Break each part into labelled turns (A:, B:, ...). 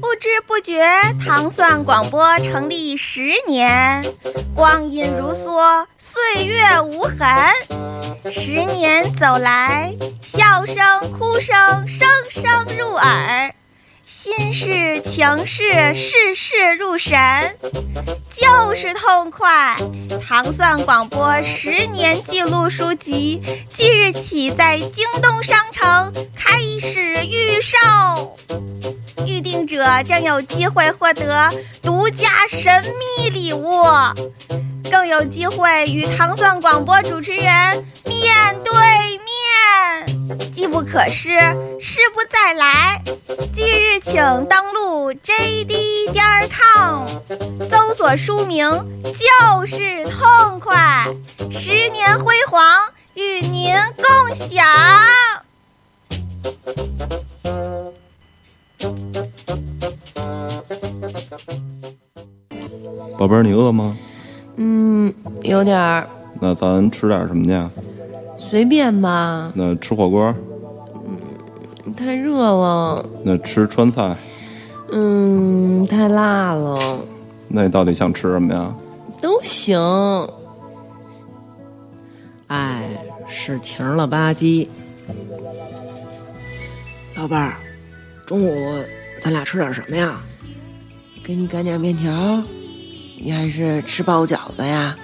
A: 不知不觉，糖蒜广播成立十年，光阴如梭，岁月无痕。十年走来，笑声、哭声声声入耳，心事、情事事事入神，就是痛快。糖蒜广播十年记录书籍即日起在京东商城开始预售。预定者将有机会获得独家神秘礼物，更有机会与糖蒜广播主持人面对面。机不可失，失不再来。即日请登录 jd 点儿 com，搜索书名就是痛快，十年辉煌与您共享。
B: 宝贝儿，你饿吗？
C: 嗯，有点儿
B: 那咱吃点什么去？
C: 随便吧，
B: 那吃火锅？
C: 太热了，
B: 那吃川菜？
C: 嗯，太辣了，
B: 那你到底想吃什么呀？
C: 都行。
D: 哎，是晴了吧唧。
E: 老伴儿，中午咱俩吃点什么呀？
C: 给你擀点面条，你还是吃包饺子呀？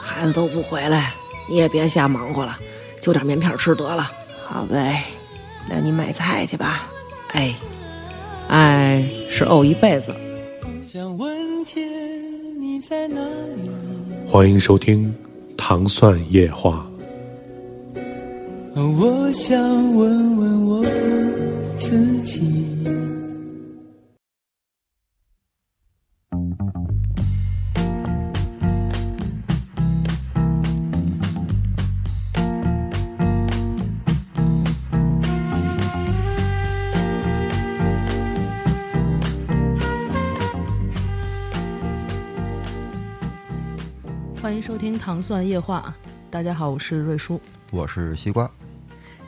E: 孩子都不回来，你也别瞎忙活了，就点面片吃得了。
C: 好呗，那你买菜去吧。
D: 哎，哎，是怄一辈子。
F: 想问天你在哪里？
G: 欢迎收听《糖蒜夜话
F: 我想问问我自己。
H: 欢迎收听《糖蒜夜话》，大家好，我是瑞叔。
I: 我是西瓜，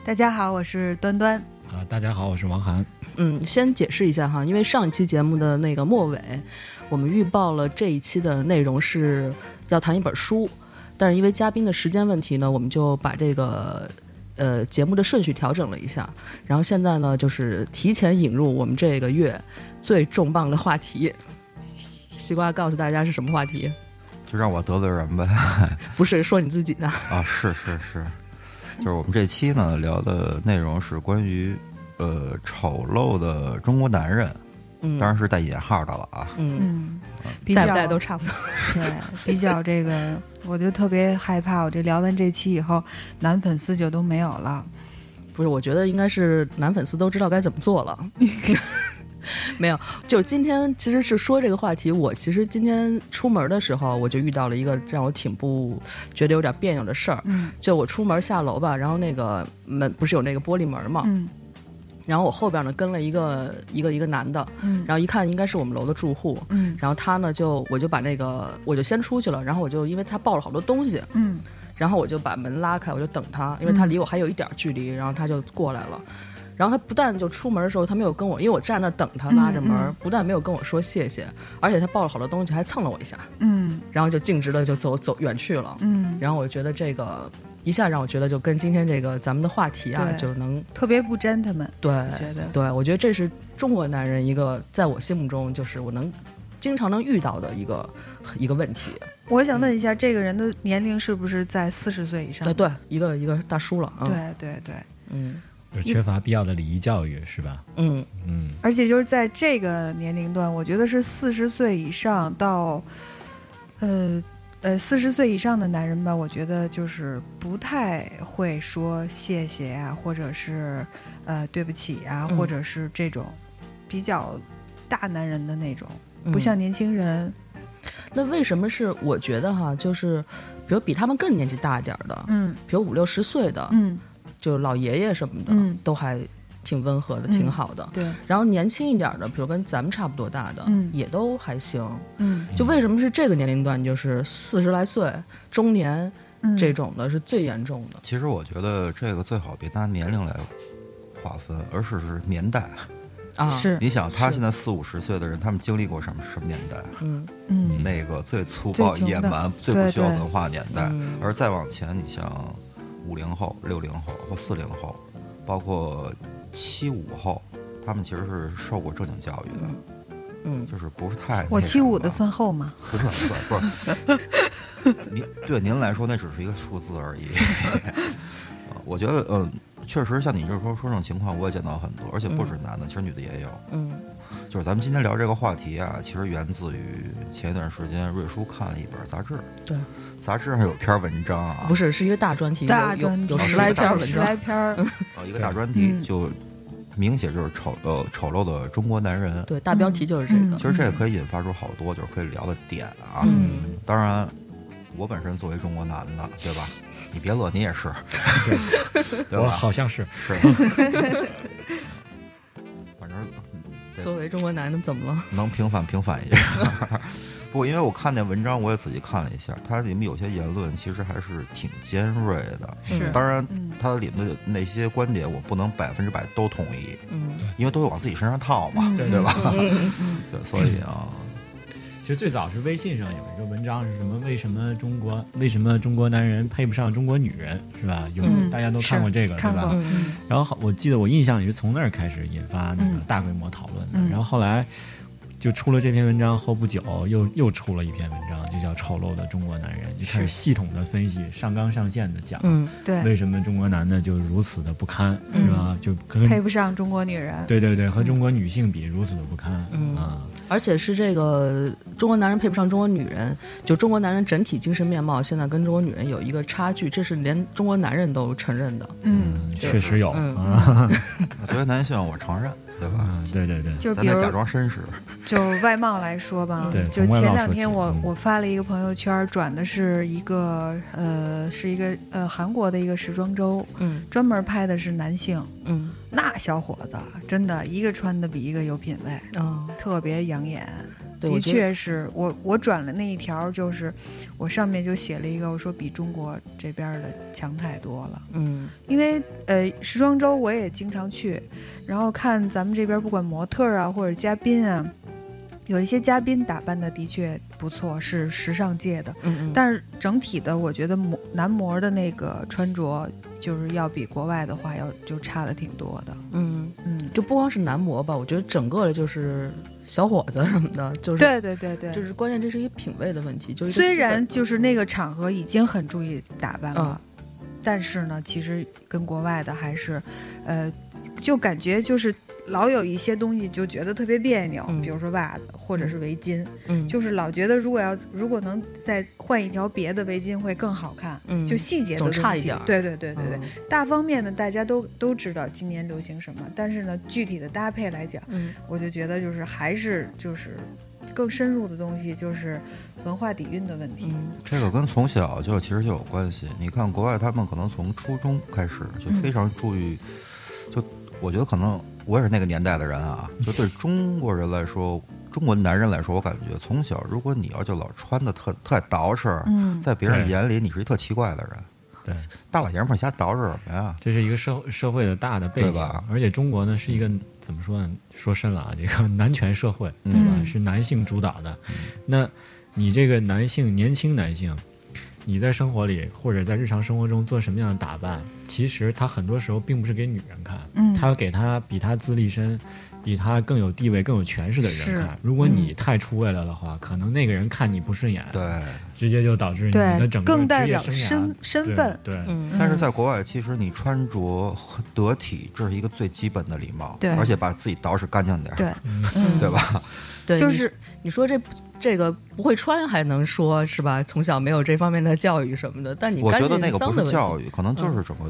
J: 大家好，我是端端。
K: 啊，大家好，我是王涵。
H: 嗯，先解释一下哈，因为上一期节目的那个末尾，我们预报了这一期的内容是要谈一本书，但是因为嘉宾的时间问题呢，我们就把这个呃节目的顺序调整了一下，然后现在呢就是提前引入我们这个月最重磅的话题。西瓜告诉大家是什么话题？
I: 就让我得罪人呗
H: 不是说你自己的，
I: 啊！是是是，就是我们这期呢聊的内容是关于呃丑陋的中国男人，
H: 嗯，
I: 当然是带引号的了啊。
H: 嗯，
J: 嗯，比
H: 在
J: 较
H: 不在都差不多。
J: 对，比较这个，我就特别害怕，我这聊完这期以后，男粉丝就都没有了。
H: 不是，我觉得应该是男粉丝都知道该怎么做了。 没有，就今天其实是说这个话题。我其实今天出门的时候，我就遇到了一个让我挺不觉得有点别扭的事儿。
J: 嗯
H: 就我出门下楼吧，然后那个门不是有那个玻璃门嘛，
J: 嗯
H: 然后我后边呢跟了一个一个一个男的，
J: 嗯
H: 然后一看应该是我们楼的住户，
J: 嗯
H: 然后他呢就我就把那个我就先出去了，然后我就因为他抱了好多东西，
J: 嗯
H: 然后我就把门拉开，我就等他，因为他离我还有一点距离，然后他就过来了。然后他不但就出门的时候，他没有
J: 嗯
H: 跟我，因为我站那等他拉着门，
J: 嗯嗯
H: 不但没有跟我说谢谢，而且他抱了好多东西还蹭了我一下，
J: 嗯
H: 然后就径直的就走走远去了。
J: 嗯，
H: 然后我觉得这个一下让我觉得就跟今天这个咱们的话题啊，
J: 对
H: 就能
J: 特别不 gentleman，
H: 对
J: 我觉得。
H: 对，我觉得这是中国男人一个在我心目中就是我能经常能遇到的一个一个问题。
J: 我想问一下，这个人的年龄是不是在四十岁以上
H: 对？对，一个一个大叔了啊。
J: 对对对，
H: 嗯
K: 就是缺乏必要的礼仪教育是吧？
H: 嗯
K: 嗯，
J: 而且就是在这个年龄段，我觉得是四十岁以上到，呃呃四十岁以上的男人吧，我觉得就是不太会说谢谢啊，或者是呃对不起啊，
H: 嗯
J: 或者是这种比较大男人的那种，
H: 嗯，
J: 不像年轻人，
H: 那为什么是我觉得哈，就是比如比他们更年纪大一点儿的，
J: 嗯
H: 比如五六十岁的，
J: 嗯，
H: 就老爷爷什么的，
J: 嗯
H: 都还挺温和的，
J: 嗯
H: 挺好的。
J: 对，
H: 然后年轻一点儿的，比如跟咱们差不多大的，
J: 嗯
H: 也都还行。
J: 嗯
H: 就为什么是这个年龄段，就是四十来岁中年
J: 嗯，
H: 这种的是最严重的。
I: 其实我觉得这个最好别拿年龄来划分，而是是年代
H: 啊
J: 嗯是
I: 你想，他
J: 是
I: 现在四五十岁的人，他们经历过什么什么年代？
H: 嗯
J: 嗯
I: 那个最粗暴、
J: 最穷的
I: 野蛮、最
J: 对
I: 不需要
J: 对
I: 文化年代
H: 嗯，
I: 而再往前，你像五零后、六零后或四零后，包括七五后，他们其实是受过正经教育的，
H: 嗯，
I: 就是不是太
J: 我
I: 那
J: 七
I: 什
J: 五
I: 么
J: 的算后吗？
I: 不算不算不是， 您对您来说那只是一个数字而已。 呃我觉得，嗯，确实像你就是说说这种情况，我也见到很多，而且不
J: 嗯
I: 止男的，其实女的也有。
H: 嗯
I: 就是咱们今天聊这个话题啊，其实源自于前一段时间瑞叔看了一本杂志，
H: 对，
I: 杂志上有篇文章啊，
H: 不是，是一个大专题，有
J: 大
H: 有
J: 专题
H: 有
I: 是
H: 十
I: 一个
H: 来
I: 大
H: 篇
I: 专
H: 文
J: 十
H: 章
J: 来，篇儿，
I: 呃一个大专题，
J: 嗯
I: 就明显就是丑呃丑陋的中国男人。
H: 对，大标题就是这
J: 嗯
H: 个
I: 其，实这也可以引发出好多就是可以聊的点啊。
H: 嗯
I: 当然，我本身作为中国男的，对吧？你别乐，你也是，对
K: 我
I: 吧？
K: 好像是
I: 是，反正对
H: 作为中国男的怎么了？
I: 能平反平反一下。 不过因为我看那文章，我也仔细看了一下，它里面有些言论其实还是挺尖锐的。
J: 是
I: 当然，
J: 嗯
I: 它里面的那些观点我不能百分之百都同意，
H: 嗯
I: 因为都会往自己身上套嘛，
J: 嗯
I: 对吧？对，所以啊，
K: 其实最早是微信上有一个文章啊是什么？为什么中国为什么中国男人配不上中国女人是吧？有、
J: 嗯
K: 大家都看
J: 是
K: 过这个
J: 看
K: 吧？
J: 过
H: 嗯
K: 然后好我记得我印象也是从那儿开始引发那个
J: 嗯
K: 大规模讨论的。
J: 嗯
K: 然后后来就出了这篇文章后不久，又又出了一篇文章，就叫《丑陋的中国男人》，就开始系统的分析，上纲上线的讲、
H: 嗯
J: 对，
K: 为什么中国男的就如此的不堪，
H: 嗯
K: 是吧？就跟
J: 配不上中国女人。
K: 对对对，和中国女性比如此的不堪、
H: 嗯
K: 啊。
H: 而且是这个中国男人配不上中国女人，就中国男人整体精神面貌现在跟中国女人有一个差距，这是连中国男人都承认的。
J: 嗯，
K: 确实
I: 哦
K: 有
H: 嗯
K: 啊，
I: 作为男性，我承认，对吧？
K: 嗯对对对，
J: 就
I: 咱
J: 比
I: 得
J: 如
I: 假装绅士，
J: 就外貌来说吧
K: 对，
J: 就
K: 从外
J: 前
K: 貌
J: 两
K: 说
J: 天
K: 起
J: 我
K: 嗯
J: 我发了一个朋友圈，转的是一个呃是一个呃韩国的一个时装周，
H: 嗯
J: 专门拍的是男性，
H: 嗯
J: 那小伙子真的一个穿的比一个有品位，
H: 哦，
J: 特别养眼。
H: 对，
J: 嗯的
H: 我觉得
J: 确是我我转了那一条，就是我上面就写了一个，我说比中国这边儿的强太多了。
H: 嗯
J: 因为呃，时装周我也经常去，然后看咱们这边不管模特儿啊或者嘉宾啊，有一些嘉宾打扮的的确不错，是时尚界的，
H: 嗯嗯，
J: 但是整体的我觉得模男模的那个穿着就是要比国外的话要就差的挺多的，
H: 嗯，
J: 嗯，
H: 就不光是男模吧，我觉得整个的就是小伙子什么的，就是
J: 对对对对，
H: 就是关键，这是一个品味的问题。就是一个
J: 虽
H: 基本嗯
J: 然就是那个场合已经很注意打扮了，但是呢，其实跟国外的还是，呃，就感觉就是老有一些东西就觉得特别别扭，
H: 嗯
J: 比如说袜子或者是围巾，
H: 嗯
J: 就是老觉得如果要如果能再换一条别的围巾会更好看，
H: 嗯
J: 就细节的
H: 总
J: 东西
H: 差一点儿
J: 对对对对对，
H: 嗯
J: 大方面呢大家都都知道今年流行什么，但是呢具体的搭配来讲。
H: 嗯
J: 我就觉得就是还是就是更深入的东西，就是文化底蕴的问题。
H: 嗯
I: 这个跟从小就其实就有关系。你看国外，他们可能从初中开始就
J: 嗯
I: 非常注意，就我觉得可能我也是那个年代的人啊，就对中国人来说，中国男人来说，我感觉从小如果你要就老穿的特特捯饬，
J: 嗯
I: 在别人
K: 对
I: 眼里你是一特奇怪的人，
K: 对，
I: 大老爷们儿瞎捯饬什么呀？
K: 这是一个社会社会的大的背
I: 对吧嗯
K: 景，而且中国呢是一个怎么说呢？说深了啊，这个 男权社会对吧？
J: 嗯
K: 是男性主导
I: 嗯
K: 的。那你这个男性年轻男性，你在生活里或者在日常生活中做什么样的打扮，其实他很多时候并不是给女人看，
J: 嗯
K: 他要给他比他资历深。比他更有地位、更有权势的
J: 是嗯
K: 人看，如果你太出位了的话，可能那个人看你不顺眼，
I: 对。
K: 直接就导致你
J: 对
K: 的整个
J: 更代
K: 职业
J: 表
K: 生
J: 身
K: 涯
J: 身
K: 对
J: 份
K: 对，
H: 嗯
I: 但是在国外，其实你穿着很得体，这是一个最基本的礼貌，
J: 对
I: 而且把自己捯饬干净点儿，
J: 对
H: 嗯
I: 对吧？
H: 对，
J: 就
H: 你
J: 是
H: 你说这这个不会穿还能说是吧？从小没有这方面的教育什么的，但你
I: 我
H: 干
I: 觉
H: 净
I: 得那个不
H: 脏的
I: 是
H: 问题
J: 嗯
I: 教育，可能就是整个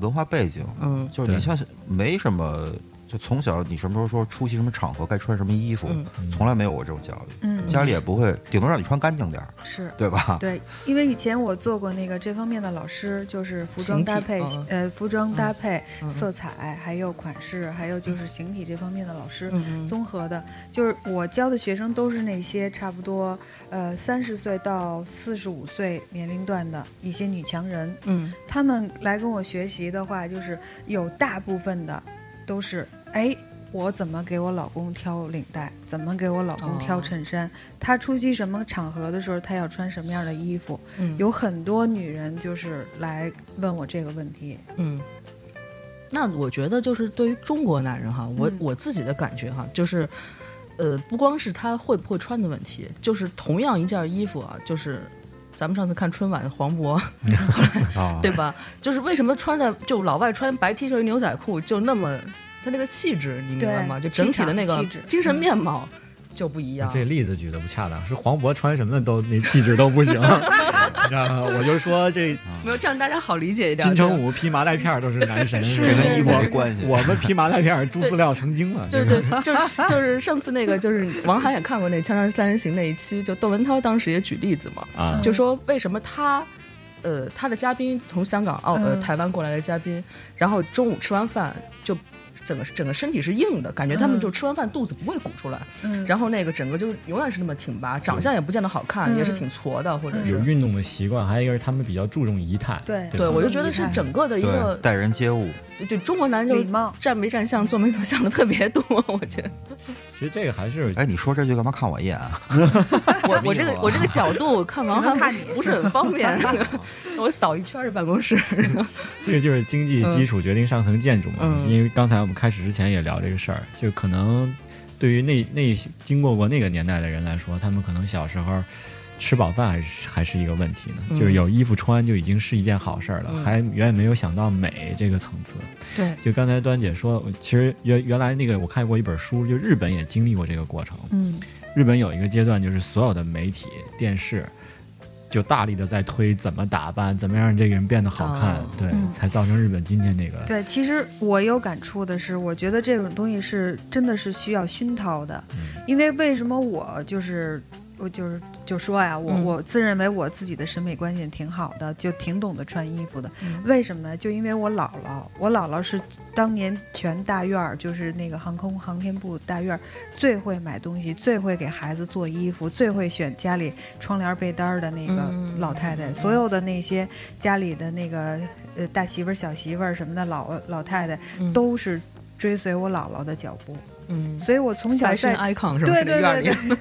I: 文化背景。
H: 嗯
I: 就是你
K: 对
I: 像是没什么就从小你什么时候说出席什么场合该穿什么衣服，
J: 嗯
I: 从来没有过这种教育。
J: 嗯
I: 家里也不会，顶多让你穿干净点儿，
J: 是
I: 对
H: 啊
I: 吧？
J: 对，因为以前我做过那个这方面的老师，就是服
H: 形
J: 装
H: 体
J: 搭配
H: 嗯，
J: 呃，服装搭配、
H: 嗯
J: 色彩，还有款式，还有就是形体这方面的老师，
H: 嗯嗯
J: 综合的，就是我教的学生都是那些差不多呃三十岁到四十五岁年龄段的一些女强人，
H: 嗯
J: 他们来跟我学习的话，就是有大部分的都是哎。我怎么给我老公挑领带？怎么给我老公挑
H: 哦
J: 衬衫？他出席什么场合的时候，他要穿什么样的衣服？
H: 嗯
J: 有很多女人就是来问我这个问题。
H: 嗯，那我觉得就是对于中国男人哈，我、
J: 嗯
H: 我自己的感觉哈，就是，呃，不光是他会不会穿的问题，就是同样一件衣服啊，就是咱们上次看春晚的黄渤，
I: 啊，
H: 对吧？就是为什么穿的就老外穿白 T 恤、牛仔裤就那么，他那个气质你明白吗？就
J: 对
H: 整体的那个
J: 气场气质嗯
H: 精神面貌就不一样。
K: 这例子举的不恰当，是黄渤穿什么都那气质都不行， 你知道吗？我就说这
H: 没有这样大家好理解一点。
K: 金城武披麻袋片儿都是男神，
I: 这跟衣服没关系。
K: 我们披麻袋片儿猪饲料成精了，
H: 就是对， 就是就是上次那个，就是王涵也看过那《锵锵三人行》那一期，就窦文涛当时也举例子嘛，
K: 啊，
H: 就说为什么他，呃，他的嘉宾从香港、澳呃
J: 嗯
H: 台湾过来的嘉宾，然后中午吃完饭就整个整个身体是硬的，感觉他们
J: 嗯
H: 就吃完饭肚子不会鼓出来，
J: 嗯
H: 然后那个整个就是永远是那么挺拔，长相也不见得好看，
J: 嗯
H: 也是挺矬的，或者
K: 有
H: 是。
K: 运动的习惯，还有一个是他们比较注重仪态，
J: 对
K: 对
H: 对，
K: 吧
H: 我就觉得是整个的一
I: 对
H: 个，
I: 待人接物，
H: 对中国男就
J: 礼貌，
H: 站没站相，坐没坐相的特别多， 我觉得
K: 其实这个还是
I: 哎，你说这句干嘛看我一眼 啊？
H: 我我 这个我这个角度看王
J: 只能
H: 涵
J: 看你
H: 不是很方 便，我扫一圈儿 办公室，
K: 这个就是经济基础决定上层建筑嘛。
H: 嗯
K: 因为刚才我们开始之前也聊这个事儿，就可能对于那那些经过过那个年代的人来说，他们可能小时候吃饱饭还是还是一个问题呢，
H: 嗯
K: 就是有衣服穿就已经是一件好事儿了，
H: 嗯
K: 还远远没有想到美这个层次。
H: 对，
K: 就刚才端姐说，其实原原来那个我看过一本书，就 日本也经历过这个过程。
J: 嗯
K: 日本有一个阶段，就是所有的媒体、电视，就大力的在推怎么打扮，怎么样让这个人变得好看，
H: 哦
K: 对，
J: 嗯
K: 才造成日本今天这个。
J: 对，其实我有感触的是，我觉得这种东西是真的是需要熏陶的，因为为什么我就是我就是就说呀，我、
H: 嗯
J: 我自认为我自己的审美观念挺好的，就挺懂得穿衣服的。
H: 嗯
J: 为什么呢？就因为我姥姥，我姥姥是当年全大院儿，就是那个航空航天部大院儿最会买东西，最会给孩子做衣服，最会选家里窗帘被单儿的那个
H: 嗯
J: 老太太。所有的那些家里的那个呃大媳妇儿、小媳妇儿什么的老老太太，
H: 嗯
J: 都是追随我姥姥的脚步。
H: 嗯，
J: 所以我从小在
H: fashion icon 是吧？
J: 对
H: 这个
J: 对
H: 院儿
J: 对
H: 里
J: 对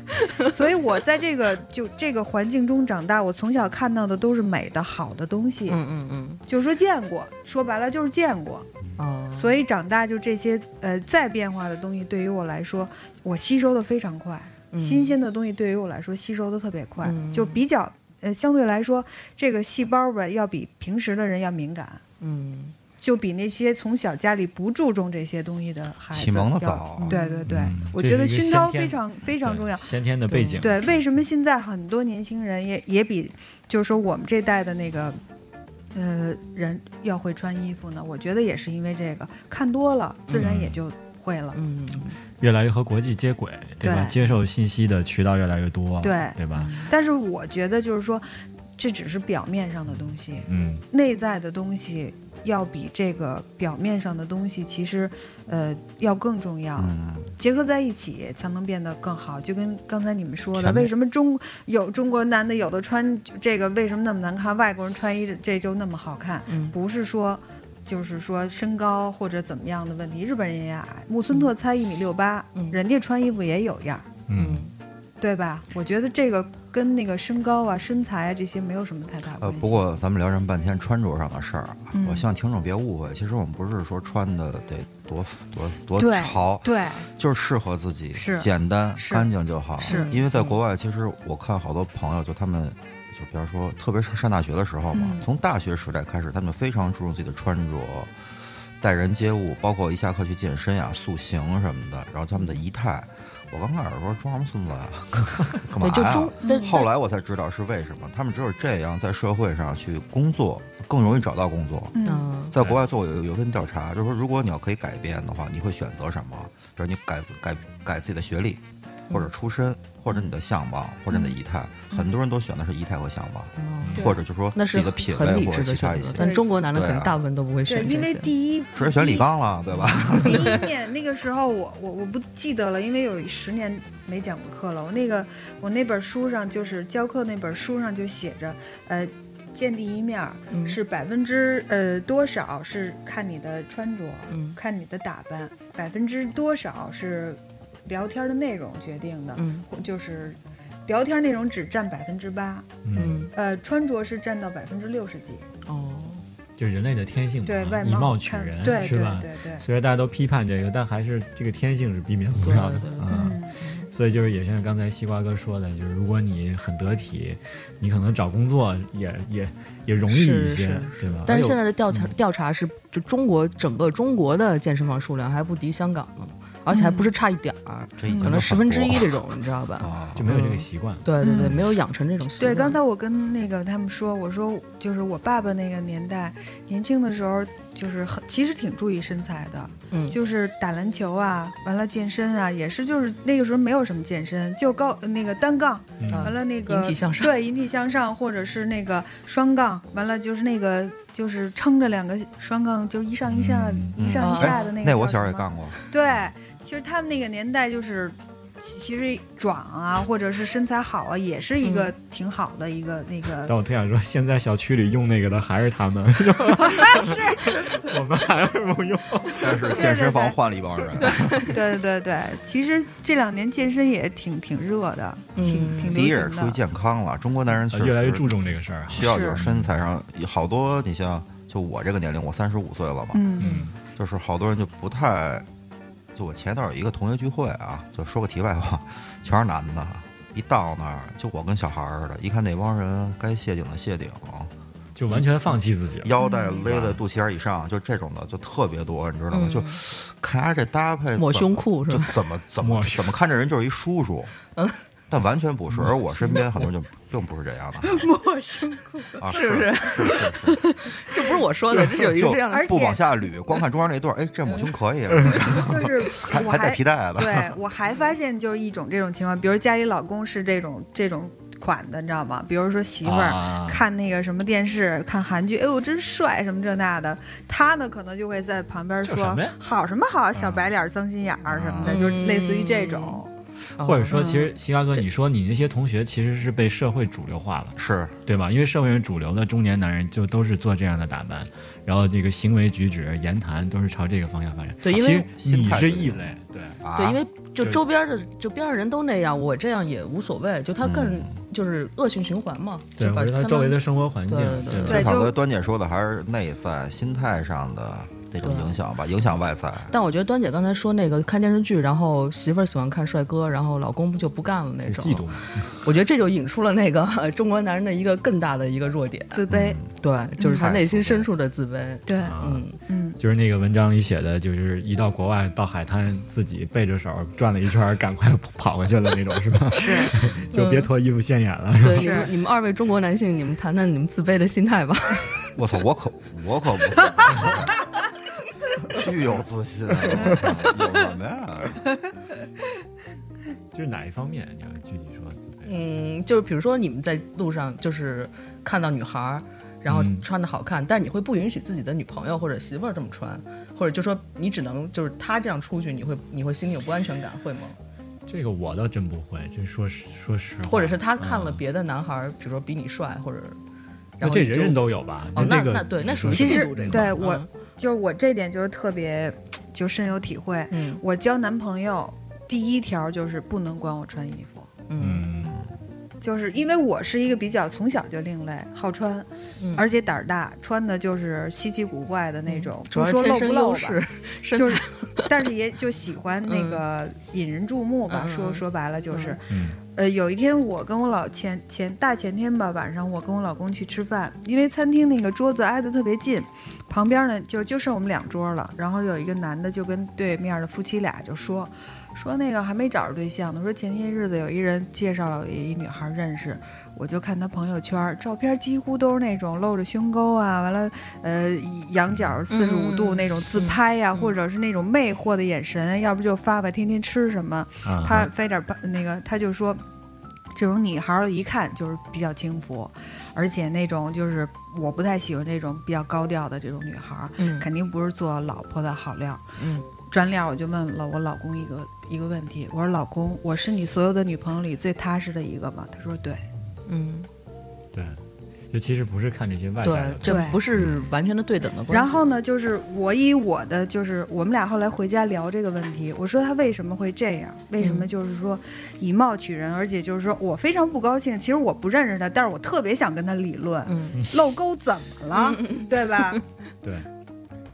J: 对，所以我在这个就这个环境中长大，我从小看到的都是美的好的东西，
H: 嗯嗯嗯，
J: 就是说见过，说白了就是见过，
H: 哦，
J: 所以长大就这些呃再变化的东西对于我来说，我吸收的非常快，
H: 嗯
J: 新鲜的东西对于我来说吸收的特别快，
H: 嗯
J: 就比较呃相对来说这个细胞吧要比平时的人要敏感。
H: 嗯，
J: 就比那些从小家里不注重这些东西的孩子
I: 启蒙的
J: 要
I: 早啊
J: 对对对，
K: 嗯
J: 我
K: 这
J: 觉
K: 是
J: 得
K: 一个
J: 熏
K: 先
J: 陶
K: 天
J: 非常非常重要。
K: 对先天的背景，
J: 对，为什么现在很多年轻人也也比，就是说我们这代的那个，呃，人要会穿衣服呢？我觉得也是因为这个，看多了，自然也就会了。
H: 嗯，
K: 越来越和国际接轨，对吧？
J: 对
K: 接受信息的渠道越来越多，
J: 对
K: 对吧？
J: 但是我觉得就是说，这只是表面上的东西，
K: 嗯，
J: 内在的东西要比这个表面上的东西其实，呃，要更重要。
I: 嗯，
J: 结合在一起才能变得更好。就跟刚才你们说的，
K: 全面
J: 为什么中有中国男的有的穿这个为什么那么难看，外国人穿衣这就那么好看？
H: 嗯
J: 不是说。就是说身高或者怎么样的问题，日本人也矮，木村拓哉一米六八、
H: 嗯
J: 人家穿衣服也有样儿，
K: 嗯，
J: 对吧？我觉得这个跟那个身高啊、身材啊这些没有什么太大关
I: 呃，
J: 系。
I: 不过咱们聊这么半天穿着上的事儿啊，
J: 嗯
I: 我希望听众别误会。其实我们不是说穿的得多多多
J: 对
I: 潮，
J: 对，
I: 就是适合自己，
J: 是
I: 简单
J: 是
I: 干净就好。
J: 是
I: 因为
H: 嗯
I: 在国外，其实我看好多朋友，就他们，就比方说，特别是上大学的时候嘛，
J: 嗯
I: 从大学时代开始，他们非常注重自己的穿着。待人接物，包括一下课去健身呀、塑形什么的，然后他们的仪态，我刚开始说装什么孙子啊，干嘛
H: 对就
I: 呀、
H: 中但
I: 后来我才知道是为什么，他们只有这样在社会上去工作，更容易找到工作。
H: 嗯，
I: 在国外做有有一份调查，就是说，如果你要可以改变的话，你会选择什么？比如你改改改自己的学历，或者
H: 嗯
I: 出身，或者你的相貌，或者你的仪态。很多人都选的是仪态和相貌，
H: 哦
I: 或者就说
H: 嗯那
I: 自
H: 是
I: 己的品
H: 很
I: 味
H: 理
I: 或
H: 智
I: 者
H: 的
I: 其他
H: 选
I: 一
H: 择
I: 些，。
H: 但中国男的可
I: 对
H: 能
I: 啊
H: 大部分都不会
J: 对，
H: 选这
J: 因为
H: 些。
J: 第一
I: 直接选李刚了，对吧？
J: 第一年 那个时候我，我我不记得了，因为有十年没讲过课了。我那个我那本书上就是教课那本书上就写着，呃，见第一面儿
H: 嗯
J: 是百分之呃多少是看你的穿着，
H: 嗯
J: 看你的打扮，百分之多少是聊天的内容决定的，
H: 嗯
J: 或就是聊天内容只占百分之八，
K: 嗯，
H: 嗯
J: 呃，穿着是占到百分之六十几，
H: 哦，
K: 就人类的天性
J: 对
K: 嘛
J: 外
K: 以貌
J: 貌
K: 取
J: 看
K: 人，
J: 对
K: 是
J: 对
K: 吧？
J: 对对，
K: 虽然大家都批判这个，但还是这个天性是避免不了的
H: 对对
K: 啊。
J: 嗯
K: 所以就是也像刚才西瓜哥说的，就是如果你很得体，你可能找工作也也也容易一
H: 是
K: 些
I: 啊
H: 是，
K: 对吧？
H: 但
K: 而
H: 是
K: 且
H: 现在的
I: 嗯
H: 调查调查是，就中国整个中国的健身房数量还不敌香港呢，而且还
J: 嗯
H: 不是差一点儿，
I: 这已经
H: 可能
I: 很
H: 十分之
I: 多
H: 一
I: 了
H: 这种，你知道吧？
I: 啊，
K: 就没有这个习惯。
H: 对对对，
J: 嗯
H: 没有养成这种习
J: 对，
H: 惯。
J: 刚才我跟那个他们说，我说就是我爸爸那个年代，年轻的时候就是很其实挺注意身材的，
H: 嗯
J: 就是打篮球啊，完了健身啊，也是就是那个时候没有什么健身，就高那个单杠，
K: 嗯
J: 完了那个
H: 引体向上
J: 对，引体向上或者是那个双杠，完了就是那个就是撑着两个双杠，就是一上一下、
K: 嗯
J: 一上一下的那个、
I: 哎那我小时候也干 过，
J: 对，其实他们那个年代就是，其其实壮啊，或者是身材好啊，也是一个挺好的一个、那
K: 但
J: 个。
K: 我特想说，现在小区里用那个的还是他们， 我们还是不用。
I: 但是健身房换了一帮人，
J: 对对对对，其实这两年健身也挺挺热的，挺
H: 嗯
J: 挺
I: 第一
J: 流
I: 也是出于
J: 行的。
I: 健康了。中国男人确实
K: 呃越来越注重这个事儿啊。
I: 需要就是
J: 是
I: 身材上，好多你像就我这个年龄，我三十五岁了嘛，
J: 嗯，
K: 嗯
I: 就是好多人就不太，就我前一段有一个同学聚会啊，就说个题外话，全是男的，一到那儿就我跟小孩儿似的，一看那帮人该谢顶的谢顶，
K: 就完全放弃自己了。
I: 腰带勒在肚脐眼儿以上，就这种的就特别多，你知道吗？
H: 嗯
I: 就看他这搭配，
H: 抹胸裤是
I: 就
H: 吧？嗯
I: 怎么怎么
K: 抹胸
I: 怎么看这人就是一叔叔， 但完全不是，而我身边很多人就并不是这 样的，
J: 莫辛苦。
I: 啊，
H: 是不
I: 是
H: 是？
I: 是是是
H: 这不是 我说的，这是有一个这样的
J: 而
I: 不
J: 且
I: 往下捋，光看中间那一段，哎，这抹胸可以 啊，
J: 就是
I: 还
J: 我
I: 还带皮带的，
J: 对我还发现就是一种这种情况，比如家里老公是这种这种款的，你知道吗？比如说媳妇儿、
K: 啊
J: 看那个什么电视，看韩剧，哎呦真帅什么这那的，他呢可能就会在旁边
K: 这什
J: 说
K: 么呀啊
J: 好什么好，小白脸儿、脏心眼儿什么的，
H: 嗯
J: 就是类似于这种。
K: 或者说，
H: 哦
K: 其实西瓜哥，你说你那些同学其实是被社会主流化了，
I: 是
K: 对吧？因为社会上主流的中年男人就都是做这样的打扮，然后这个行为举止、言谈都是朝这个方向发展。
H: 嗯对因为
K: 其实你是异类，嗯对，
I: 啊，
H: 对，因为就
K: 对
H: 周边的就边上人都那样，我这样也无所谓，就他更就是恶性循环嘛，
K: 嗯对，
H: 就把
K: 或者他
H: 相
K: 周围
H: 当
K: 的生活环境，
H: 对对
K: 吧
J: 对
I: 反
J: 就
I: 归端姐说的还是内在心态上的这种影响吧，影响外在。
H: 但我觉得端姐刚才说那个看电视剧，然后媳妇儿喜欢看帅哥，然后老公就不干了那
K: 是
H: 种，
K: 嫉妒。
H: 我觉得这就引出了那个 呃中国男人的一个更大的一个弱点，
J: 自卑，
H: 对，就是他
I: 嗯
H: 内心深处的自卑。
J: 对，
H: 嗯，
J: 嗯，
K: 啊就是那个文章里写的，就是一到国外到海滩，自己背着手转了一圈儿，赶快跑回去了那种，是吧？是， 就
H: 嗯
K: 别脱衣服现眼了。
H: 对，你们你们二位中国男性，你们谈谈你们自卑的心态吧。
I: 我操，我可我可 不，具有自信，啊我操有什么呀？
K: 就是哪一方面？你要具体说自卑？
H: 嗯，就是比如说你们在路上就是看到女孩儿，然后
K: 嗯
H: 穿的好看，但是你会不允许自己的女朋友或者媳妇儿这么穿，或者就说你只能就是她这样出去，你会你会心里有不安全感，会吗？
K: 这个我倒真不会，这说实说实话，
H: 或者是她看了
K: 嗯
H: 别的男孩儿，比如说比你帅，或者
K: 那
H: 然后
K: 这
H: 你
K: 人
H: 就
K: 人都有吧？
H: 哦，那
K: 这个
H: 那对，那
K: 你说
H: 属于嫉
J: 其实
H: 妒这啊个。嗯
J: 对我就是我这点就是特别就深有体会。
H: 嗯
J: 我交男朋友第一条就是不能管我穿衣服。
H: 嗯
K: 嗯，
J: 就是因为我是一个比较从小就另类，好穿，
H: 嗯
J: 而且胆儿大，穿的就是稀奇古怪的那种，
H: 主要
J: 不
H: 是
J: 说
H: 天
J: 露不
H: 生
J: 露
H: 优
J: 吧
H: 势，，身
J: 就
H: 材嗯
J: 是，但是也就喜欢那个引人注目吧。
H: 嗯嗯
J: 说说白了就是，
K: 嗯
J: 呃，有一天我跟我老前前大前天吧，晚上我跟我老公去吃饭，因为餐厅那个桌子挨得特别近，旁边呢就就剩我们两桌了。然后有一个男的就跟对面的夫妻俩就说，说那个还没找着对象呢，说前些日子有一人介绍了我一女孩认识，我就看她朋友圈，照片几乎都是那种露着胸沟啊，完了呃仰角四十五度
H: 嗯
J: 那种自拍呀、或者是那种魅惑的眼神，要不就发发天天吃什么。
K: 啊
J: 他非点儿那个，他就说，这种女孩儿一看就是比较轻浮，而且那种就是我不太喜欢这种比较高调的这种女孩儿，
H: 嗯
J: 肯定不是做老婆的好料。
H: 嗯，
J: 转脸我就问了我老公一个一个问题，我说老公，我是你所有的女朋友里最踏实的一个吗？他说对，
H: 嗯，
K: 对，就其实不是看这些外在
H: 对
K: 的，
H: 这
K: 东西，
J: 对
H: 不是完全的对等的关系。
J: 然后呢，就是我以我的，就是我们俩后来回家聊这个问题，我说他为什么会这样？为
H: 嗯
J: 什么就是说以貌取人，而且就是说我非常不高兴。其实我不认识他，但是我特别想跟他理论，
H: 嗯
J: 漏沟怎么了，对吧？
K: 对，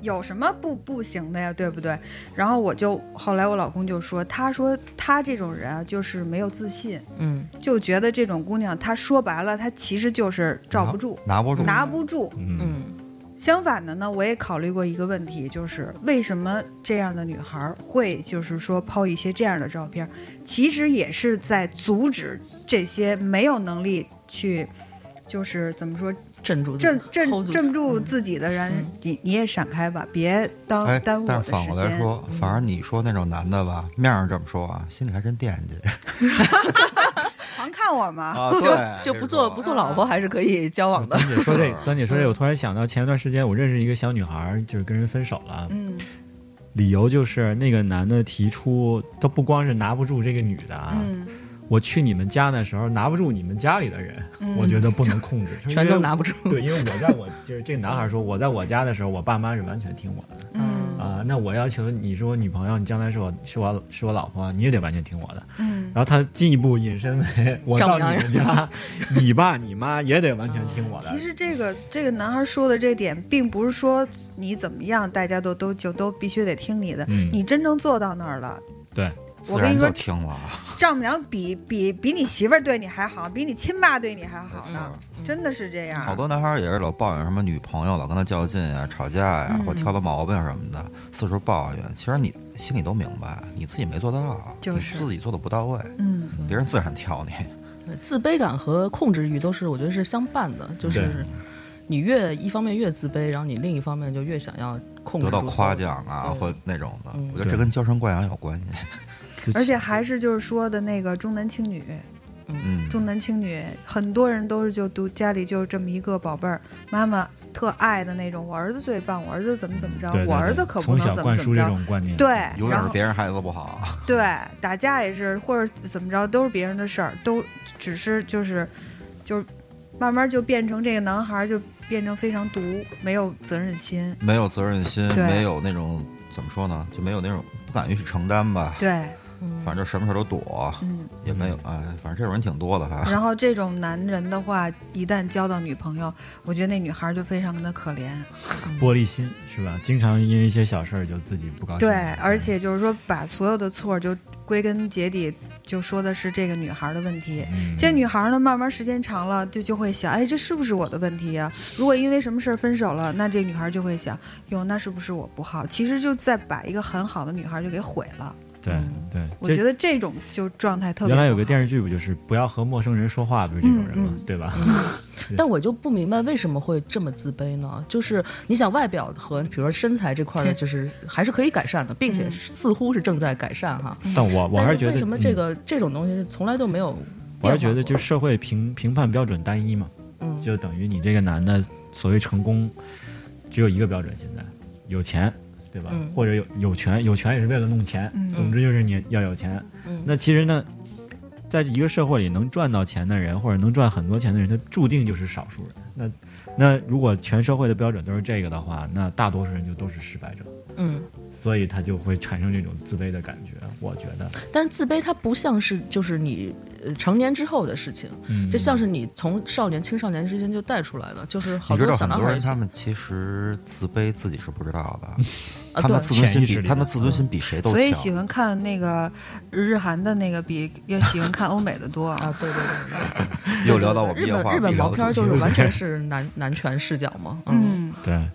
J: 有什么不不行的呀，对不对？然后我就后来我老公就说，他说他这种人啊，就是没有自信，
H: 嗯
J: 就觉得这种姑娘，她说白了，她其实就是罩不住，
I: 拿不住，
J: 拿不住，
K: 嗯，
H: 嗯
J: 相反的呢，我也考虑过一个问题，就是为什么这样的女孩儿会就是说抛一些这样的照片儿，其实也是在阻止这些没有能力去，就是怎么说
H: 镇住自
J: 镇
H: 己
J: 镇
H: hold 嗯住
J: 镇住自己的人，
H: 嗯
J: 你你也闪开吧，别当、
I: 哎，
J: 耽误
I: 但
J: 我
I: 是
J: 的
I: 反
J: 时
I: 过来
J: 间。嗯
I: 说，反而你说那种男的吧，面上这么说啊，心里还真惦记
J: 狂看我 嘛，
I: 啊
H: 就就不做不做老婆还是可以交往的。
K: 端姐说这，端姐说这，我突然想到前一段时间我认识一个小女孩儿，就是跟人分手了，
J: 嗯
K: 理由就是那个男的提出，他不光是拿不住这个女的啊，
J: 嗯
K: 我去你们家的时候拿不住你们家里的人，
J: 嗯
K: 我觉得不能控制，就是因为
H: 全都拿不住
K: 对，因为我在我 就是这个男孩说，我在我家的时候，我爸妈是完全听我的
J: 嗯
K: 啊、那我要求你是我女朋友，你将来是我是我是我老婆，你也得完全听我的。
J: 嗯，
K: 然后他进一步引申为，我到
H: 丈母
K: 你
H: 娘
K: 们家，你爸你妈也得完全听我的。
J: 其实这个这个男孩说的这点，并不是说你怎么样，大家都都就都必须得听你的。
K: 嗯
J: 你真正做到那儿了，
K: 对，
I: 自
J: 我跟
I: 然
J: 你
I: 就
J: 说，
I: 听了啊。
J: 丈母娘比比比你媳妇儿对你还好，比你亲爸对你还好呢，真的是这样。
I: 好多男孩儿也是老抱怨什么女朋友老跟他较劲呀、吵架呀、
J: 嗯
I: 或挑他毛病什么的，四处抱怨。其实你心里都明白，你自己没做到，
J: 就是
I: 你自己做的不到位，
J: 嗯，
I: 别人自然挑你。
H: 对自卑感和控制欲都是我觉得是相伴的，就是
K: 对
H: 你越一方面越自卑，然后你另一方面就越想要控制
I: 得到
H: 住
I: 夸
H: 自己。
I: 奖啊，
H: 对
I: 或那种的，
H: 嗯
I: 我觉得这跟娇生惯养有关系。
J: 而且还是就是说的那个重男轻女，
I: 嗯，
J: 重男轻女，很多人都是就独家里就这么一个宝贝儿，妈妈特爱的那种，我儿子最棒，我儿子怎么怎么着，
K: 对对
J: 我儿
K: 对
J: 子可不
K: 从
J: 能
K: 小
J: 怎么
K: 灌
J: 怎
K: 输
J: 么
K: 这
J: 着。
K: 种观念，
J: 对，
I: 永远
J: 然
I: 是
J: 后
I: 别人孩子不 好。
J: 对，打架也是，或者怎么着，都是别人的事儿，都只是就是，就是慢慢就变成这个男孩儿就变成非常独，没有责任心。
I: 没有责任心，
J: 对
I: 没有那种怎么说呢，就没有那种不敢于去承担吧。
J: 对，
I: 反正就什么事儿都躲，
J: 嗯。
I: 也没有哎，反正这种人挺多的哈。
J: 然后这种男人的话，一旦交到女朋友，我觉得那女孩儿就非常的可怜。
K: 玻璃心是吧？经常因为一些小事儿就自己不高兴。
J: 对，而且就是说，把所有的错儿就归根结底就说的是这个女孩儿的问题。
K: 嗯
J: 这女孩儿呢，慢慢时间长了，就就会想，哎，这是不是我的问题呀、如果因为什么事儿分手了，那这女孩儿就会想，哟，那是不是我不好？其实就在把一个很好的女孩儿就给毁了。嗯
K: 对对，
J: 我
K: 这
J: 觉得这种就状态特别
K: 原
J: 不好。
K: 来有个电视剧不就是不要和陌生人说话，不是这种人嘛，
J: 嗯
K: 对吧？
H: 但我就不明白为什么会这么自卑呢？就是你想外表和比如说身材这 块儿的，就是还是可以改善的，并且
J: 嗯
H: 似乎是正在改善哈。
K: 但我我还
H: 但
K: 是觉得
H: 为什么这
K: 嗯
H: 个、这种东西是从来都没有变化过？
K: 我还是觉得就是社会评评判标准单一嘛，
H: 嗯
K: 就等于你这个男的所谓成功，只有一个标准，现在有钱，对吧？
H: 嗯
K: 或者有有权，有权也是为了弄钱。
J: 嗯
K: 总之就是你要有钱。
H: 嗯
K: 那其实呢，在一个社会里，能赚到钱的人或者能赚很多钱的人，他注定就是少数人。那那如果全社会的标准都是这个的话，那大多数人就都是失败者，
H: 嗯，
K: 所以他就会产生这种自卑的感觉。我觉得，
H: 但是自卑它不像是就是你呃成年之后的事情，
K: 嗯，
H: 这像是你从少年青少年之间就带出来的，就是好
I: 你知道
H: 小
I: 很
H: 男
I: 多
H: 孩
I: 人
H: 儿
I: 他们其实自卑自己是不知道的，
J: 啊
I: 他们
J: 对
I: 自尊心
K: 潜意识
I: 比
K: 里嗯
I: 他们
K: 的
I: 自尊心比谁都
J: 所以
I: 强。
J: 喜欢看那个日韩的那个比要喜欢看欧美的 多啊。
H: 啊，对对对对对，
I: 又聊到我们
H: 日
I: 夜
H: 本
I: 话
H: 日
I: 必
H: 本
I: 聊
H: 毛
I: 的
H: 片儿
I: 主
H: 就
I: 题
H: 是
I: 了
H: 完全是男男权视角嘛，嗯
J: 嗯，
K: 对，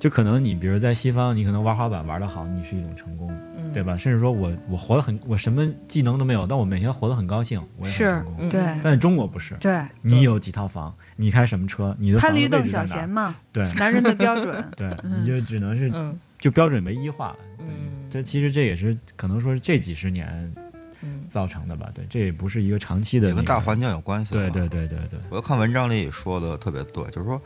K: 就可能你比如在西方，你可能玩滑板玩得好，你是一种成功，
H: 嗯
K: 对吧？甚至说我我活得很，我什么技能都没有，但我每天活得很高兴，我也很
J: 是
K: 成功。
H: 嗯
J: 对
K: 但是中国不是，
J: 对，
K: 你有几套房，你开什么车，你的
J: 潘
K: 房子位
J: 驴邓
K: 置在
J: 小
K: 哪
J: 闲
K: 儿？
J: 嘛，
K: 对。
J: 男人的标准
K: 对，
J: 嗯
K: 你就只能是
H: 嗯
K: 就标准唯一化。对
H: 嗯
K: 这其实这也是可能说是这几十年
H: 嗯
K: 造成的吧？对，这也不是一个长期的
I: 也
K: 那
I: 跟
K: 个
I: 大环境有关系。
K: 对对，对对对，
I: 我就看文章里说的特别对，就是说，